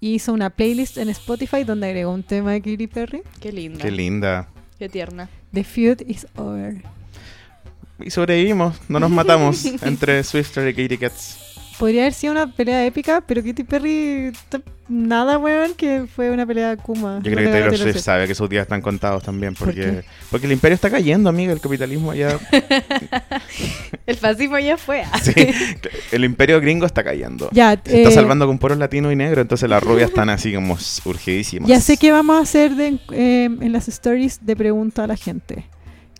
Speaker 2: y hizo una playlist en Spotify donde agregó un tema de Katy Perry.
Speaker 4: Qué linda.
Speaker 1: Qué linda.
Speaker 4: Qué tierna.
Speaker 2: The feud is over.
Speaker 1: Y sobrevivimos, no nos matamos entre Swifter y Katie Cats.
Speaker 2: Podría haber sido una pelea épica, pero Katy Perry t- nada weón que fue una pelea Kuma.
Speaker 1: Yo creo que Taylor Swift sabe que sus días están contados también, porque, porque el imperio está cayendo, amiga, el capitalismo ya...
Speaker 4: El fascismo ya fue.
Speaker 1: Sí, el imperio gringo está cayendo.
Speaker 2: Ya,
Speaker 1: Se está
Speaker 2: eh,
Speaker 1: salvando con puros latinos y negros, entonces las rubias están así como urgidísimas.
Speaker 2: Ya sé que vamos a hacer de- eh, en las stories de pregunta a la gente.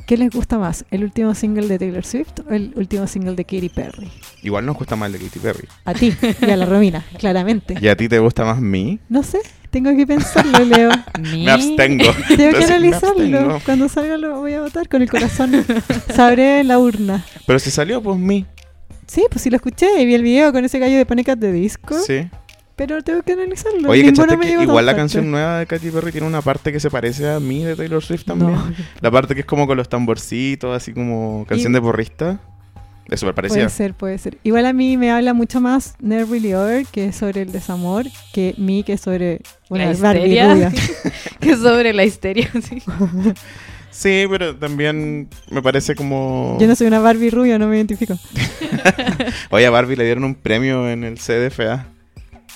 Speaker 2: ¿Qué les gusta más? ¿El último single de Taylor Swift o el último single de Katy Perry?
Speaker 1: Igual nos gusta más el de Katy Perry.
Speaker 2: A ti y a la Romina, claramente.
Speaker 1: ¿Y a ti te gusta más mí?
Speaker 2: No sé, tengo que pensarlo, Leo.
Speaker 1: Me abstengo.
Speaker 2: Tengo que
Speaker 1: Entonces, me
Speaker 2: analizarlo.
Speaker 1: abstengo.
Speaker 2: Cuando salga lo voy a votar con el corazón. Sabré en la urna.
Speaker 1: Pero si salió, pues mí.
Speaker 2: Sí, pues sí lo escuché y vi el video con ese gallo de panecat de disco.
Speaker 1: Sí.
Speaker 2: Pero tengo que analizarlo.
Speaker 1: Oye,
Speaker 2: Ninguno
Speaker 1: ¿cachaste
Speaker 2: me
Speaker 1: que
Speaker 2: llegó
Speaker 1: igual la
Speaker 2: tan fuerte.
Speaker 1: canción nueva de Katy Perry tiene una parte que se parece a mí de Taylor Swift también?
Speaker 2: No,
Speaker 1: La parte que es como con los tamborcitos, así como canción
Speaker 2: Y-
Speaker 1: de
Speaker 2: Pues.
Speaker 1: porrista. Es súper parecida.
Speaker 2: puede ser, puede ser. Igual a mí me habla mucho más Never Really Over, que es sobre el desamor, que mí, que es sobre una
Speaker 4: La
Speaker 2: Barbie
Speaker 4: histeria.
Speaker 2: rubia.
Speaker 4: que sobre la histeria, sí.
Speaker 1: Sí, pero también me parece como...
Speaker 2: Yo no soy una Barbie rubia, no me identifico.
Speaker 1: Oye, a Barbie le dieron un premio en el CDFA.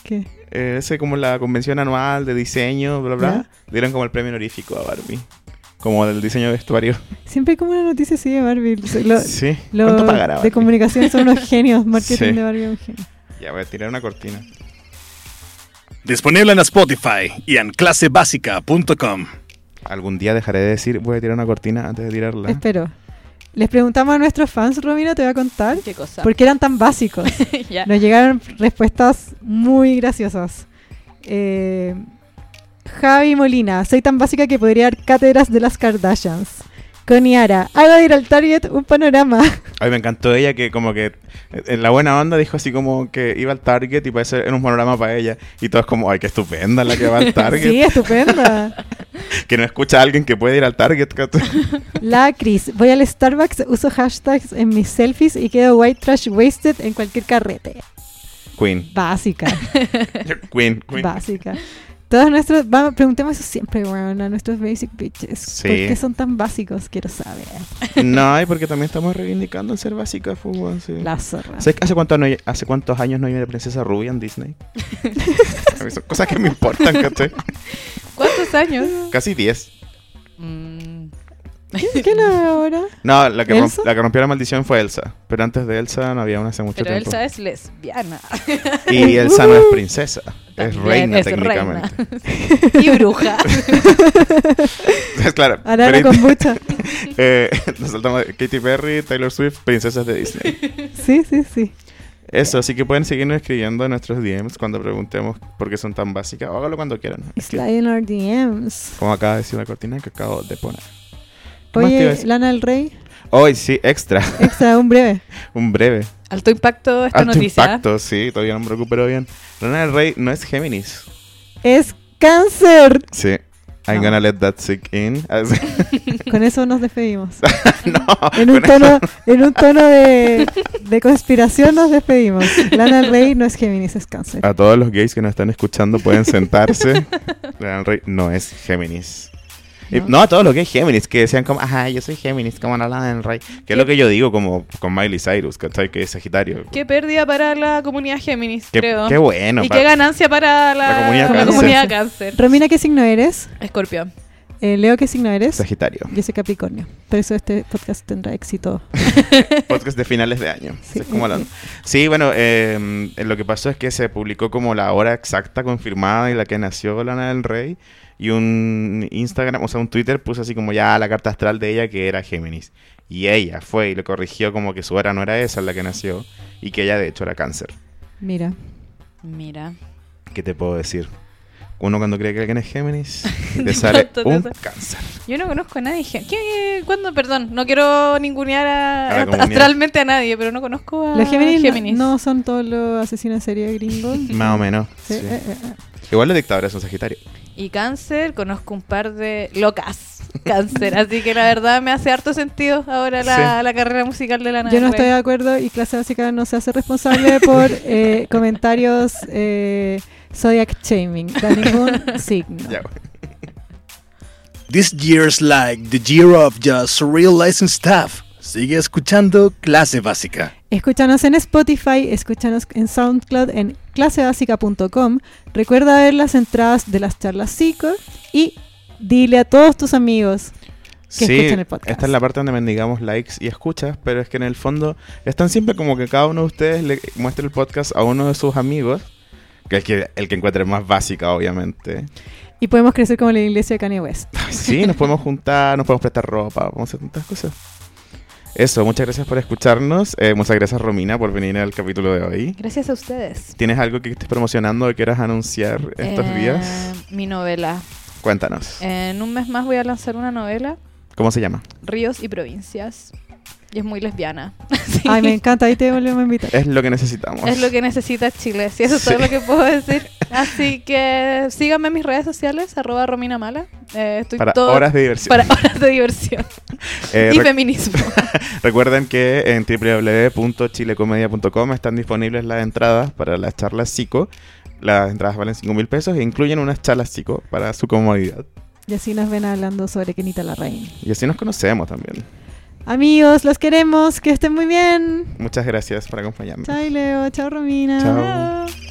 Speaker 2: ¿Qué?
Speaker 1: Eh, ese como la convención anual de diseño, bla, bla.
Speaker 2: ¿Ya?
Speaker 1: Le Dieron como el premio honorífico a Barbie. Como del diseño de vestuario.
Speaker 2: Siempre hay como una noticia así de Barbie. Lo-
Speaker 1: sí.
Speaker 2: Los
Speaker 1: ¿Cuánto pagará
Speaker 2: de
Speaker 1: Barbie?
Speaker 2: comunicación son unos genios, marketing
Speaker 1: Sí.
Speaker 2: de Barbie es un genio.
Speaker 1: Ya, voy a tirar una cortina.
Speaker 3: Disponible en Spotify y en clasebásica.com.
Speaker 1: Algún día dejaré de decir voy a tirar una cortina antes de tirarla.
Speaker 2: Espero. Les preguntamos a nuestros fans, Romina, te voy a contar,
Speaker 4: Qué cosa.
Speaker 2: por qué eran tan básicos.
Speaker 4: Ya.
Speaker 2: Nos llegaron respuestas muy graciosas. Eh, Javi Molina, soy tan básica que podría dar cátedras de las Kardashians. Coniara, hago de ir al Target un panorama.
Speaker 1: Ay, me encantó ella que como que eh, en la buena onda dijo así como que iba al Target y parece era un panorama para ella. Y todos como, ay, qué estupenda la que va al Target.
Speaker 2: Sí, estupenda.
Speaker 1: Que no escucha a alguien que puede ir al Target. ¿cachai?
Speaker 2: La Cris, voy al Starbucks, uso hashtags en mis selfies y quedo white trash wasted en cualquier carrete.
Speaker 1: Queen.
Speaker 2: Básica.
Speaker 1: Queen, Queen.
Speaker 2: básica. Todos nuestros. Vamos, preguntemos eso siempre, weón, a nuestros basic bitches.
Speaker 1: Sí.
Speaker 2: ¿Por qué son tan básicos? Quiero saber.
Speaker 1: No, y porque también estamos reivindicando el ser básica, fútbol. Sí.
Speaker 2: La zorra.
Speaker 1: ¿Sabes que hace, cuánto no- hace cuántos años no hay una princesa rubia en Disney? A mí son cosas que me importan, ¿cachai?
Speaker 4: ¿Cuántos años?
Speaker 1: Casi 10.
Speaker 4: Mm.
Speaker 2: ¿Qué- ¿Qué no veo ahora?
Speaker 1: No, la que, romp-
Speaker 2: ¿Elsa?
Speaker 1: la que rompió la maldición fue Elsa. Pero antes de Elsa no había una hace mucho
Speaker 4: Pero
Speaker 1: tiempo.
Speaker 4: Elsa es lesbiana
Speaker 1: Y Elsa no es princesa, es
Speaker 4: También
Speaker 1: reina
Speaker 4: es
Speaker 1: técnicamente.
Speaker 4: y bruja.
Speaker 1: Es claro.
Speaker 2: Ahora
Speaker 1: pero-
Speaker 2: con mucha.
Speaker 1: eh, nos saltamos de Katy Perry, Taylor Swift, princesas de Disney.
Speaker 2: Sí, sí, sí.
Speaker 1: Eso, así que pueden seguirnos escribiendo en nuestros DMs cuando preguntemos por qué son tan básicas. O hágalo cuando quieran.
Speaker 2: Slide in our DMs.
Speaker 1: Como acaba de decir la cortina que acabo de poner. ¿Qué más te iba a
Speaker 2: Oye,
Speaker 1: decir?
Speaker 2: Lana del Rey,
Speaker 1: Hoy sí, extra.
Speaker 2: extra, un breve.
Speaker 1: Un breve.
Speaker 4: Alto impacto esta
Speaker 1: Alto
Speaker 4: noticia.
Speaker 1: impacto, sí, todavía no me recupero bien. Lana del Rey no es Géminis.
Speaker 2: Es cáncer.
Speaker 1: Sí. I'm
Speaker 2: No.
Speaker 1: gonna let that sink in. Así-
Speaker 2: Con eso nos despedimos.
Speaker 1: no.
Speaker 2: En un
Speaker 1: con eso-
Speaker 2: tono, en un tono de, de conspiración nos despedimos. Lana del Rey no es Géminis, es cáncer.
Speaker 1: A todos los gays que nos están escuchando pueden sentarse. Lana del Rey no es Géminis. Y-
Speaker 2: No.
Speaker 1: no, a todos los gays Géminis que decían como, ajá, yo soy Géminis, como no Lana del Rey. Que es lo que yo digo como con Miley Cyrus, ¿cachai? Que es Sagitario.
Speaker 4: Qué pérdida para la comunidad Géminis,
Speaker 1: Qué,
Speaker 4: creo.
Speaker 1: qué bueno.
Speaker 4: y
Speaker 1: pa-
Speaker 4: qué ganancia para la,
Speaker 1: La comunidad
Speaker 4: la
Speaker 1: cáncer.
Speaker 4: comunidad cáncer.
Speaker 2: Romina, ¿qué signo eres?
Speaker 4: Escorpión.
Speaker 2: Eh, Leo, ¿qué signo eres?
Speaker 1: Sagitario.
Speaker 2: Yo soy Capricornio. Por eso este podcast tendrá éxito.
Speaker 1: Podcast de finales de año.
Speaker 2: Sí.
Speaker 1: Sí, como la- sí bueno, eh, lo que pasó es que se publicó como la hora exacta confirmada en la que nació Lana del Rey. Y un Instagram, o sea, un Twitter puso así como ya la carta astral de ella que era Géminis. Y ella fue y le corrigió como que su hora no era esa en la que nació. Y que ella de hecho era cáncer.
Speaker 2: Mira.
Speaker 4: Mira.
Speaker 1: ¿Qué te puedo decir? Uno cuando cree que alguien es Géminis, te sale
Speaker 4: Tanto te
Speaker 1: un
Speaker 4: sale.
Speaker 1: cáncer.
Speaker 4: Yo no conozco a nadie. gen- ¿Qué? ¿Cuándo? Perdón, no quiero ningunear a-
Speaker 1: A la
Speaker 4: ast-
Speaker 1: comunidad.
Speaker 4: astralmente a nadie, pero no conozco
Speaker 1: Ah,
Speaker 4: a
Speaker 2: Los Géminis, no- No, son todos los asesinos en serie gringos.
Speaker 1: Más o menos.
Speaker 2: Sí,
Speaker 1: sí.
Speaker 2: eh, eh, eh.
Speaker 1: Igual los dictadores son Sagitario.
Speaker 4: Y cáncer, conozco un par de locas cáncer. así que la verdad me hace harto sentido ahora la,
Speaker 1: Sí.
Speaker 4: la carrera musical de la
Speaker 2: Yo no estoy de acuerdo y Clase Básica no se hace responsable por eh, comentarios eh, zodiac shaming de ningún signo.
Speaker 1: Ya, bueno.
Speaker 3: This year's like the year of just realizing stuff. Sigue escuchando Clase Básica.
Speaker 2: Escúchanos en Spotify, escúchanos en SoundCloud, en clasebásica.com. Recuerda ver las entradas de las charlas psico y dile a todos tus amigos. que escuchen el podcast.
Speaker 1: Esta es la parte donde mendigamos likes y escuchas, pero es que en el fondo es tan simple como que cada uno de ustedes le muestre el podcast a uno de sus amigos, que es que, el que encuentre más básica, obviamente.
Speaker 2: Y podemos crecer como la iglesia de Kanye West.
Speaker 1: Sí, nos podemos juntar, nos podemos prestar ropa, podemos hacer tantas cosas. Eso, muchas gracias por escucharnos. eh, muchas gracias, Romina, por venir al capítulo de hoy.
Speaker 4: Gracias a ustedes.
Speaker 1: ¿Tienes algo que estés promocionando o quieras anunciar estos
Speaker 4: Eh,
Speaker 1: días?
Speaker 4: Mi novela.
Speaker 1: Cuéntanos.
Speaker 4: En un mes más voy a lanzar una novela,
Speaker 1: ¿Cómo se llama?
Speaker 4: Ríos y Provincias. Y es muy lesbiana. Sí.
Speaker 2: Ay, me encanta, ahí te volvemos a invitar.
Speaker 1: Es lo que necesitamos.
Speaker 4: Es lo que necesita Chile, si eso es
Speaker 1: Sí.
Speaker 4: todo lo que puedo decir. Así que síganme en mis redes sociales, arroba Romina Mala. Eh, estoy
Speaker 1: Para
Speaker 4: todo-
Speaker 1: horas de diversión.
Speaker 4: para horas de diversión
Speaker 1: Eh,
Speaker 4: y
Speaker 1: rec-
Speaker 4: feminismo.
Speaker 1: Recuerden que en www.chilecomedia.com están disponibles las entradas para las charlas psico. Las entradas valen 5 mil pesos e incluyen unas charlas psico para su comodidad.
Speaker 2: Y así nos ven hablando sobre Kenita la Reina.
Speaker 1: Y así nos conocemos también.
Speaker 2: Amigos, los queremos, que estén muy bien.
Speaker 1: Muchas gracias por acompañarnos.
Speaker 2: Chao Leo, chao Romina.
Speaker 1: Chao.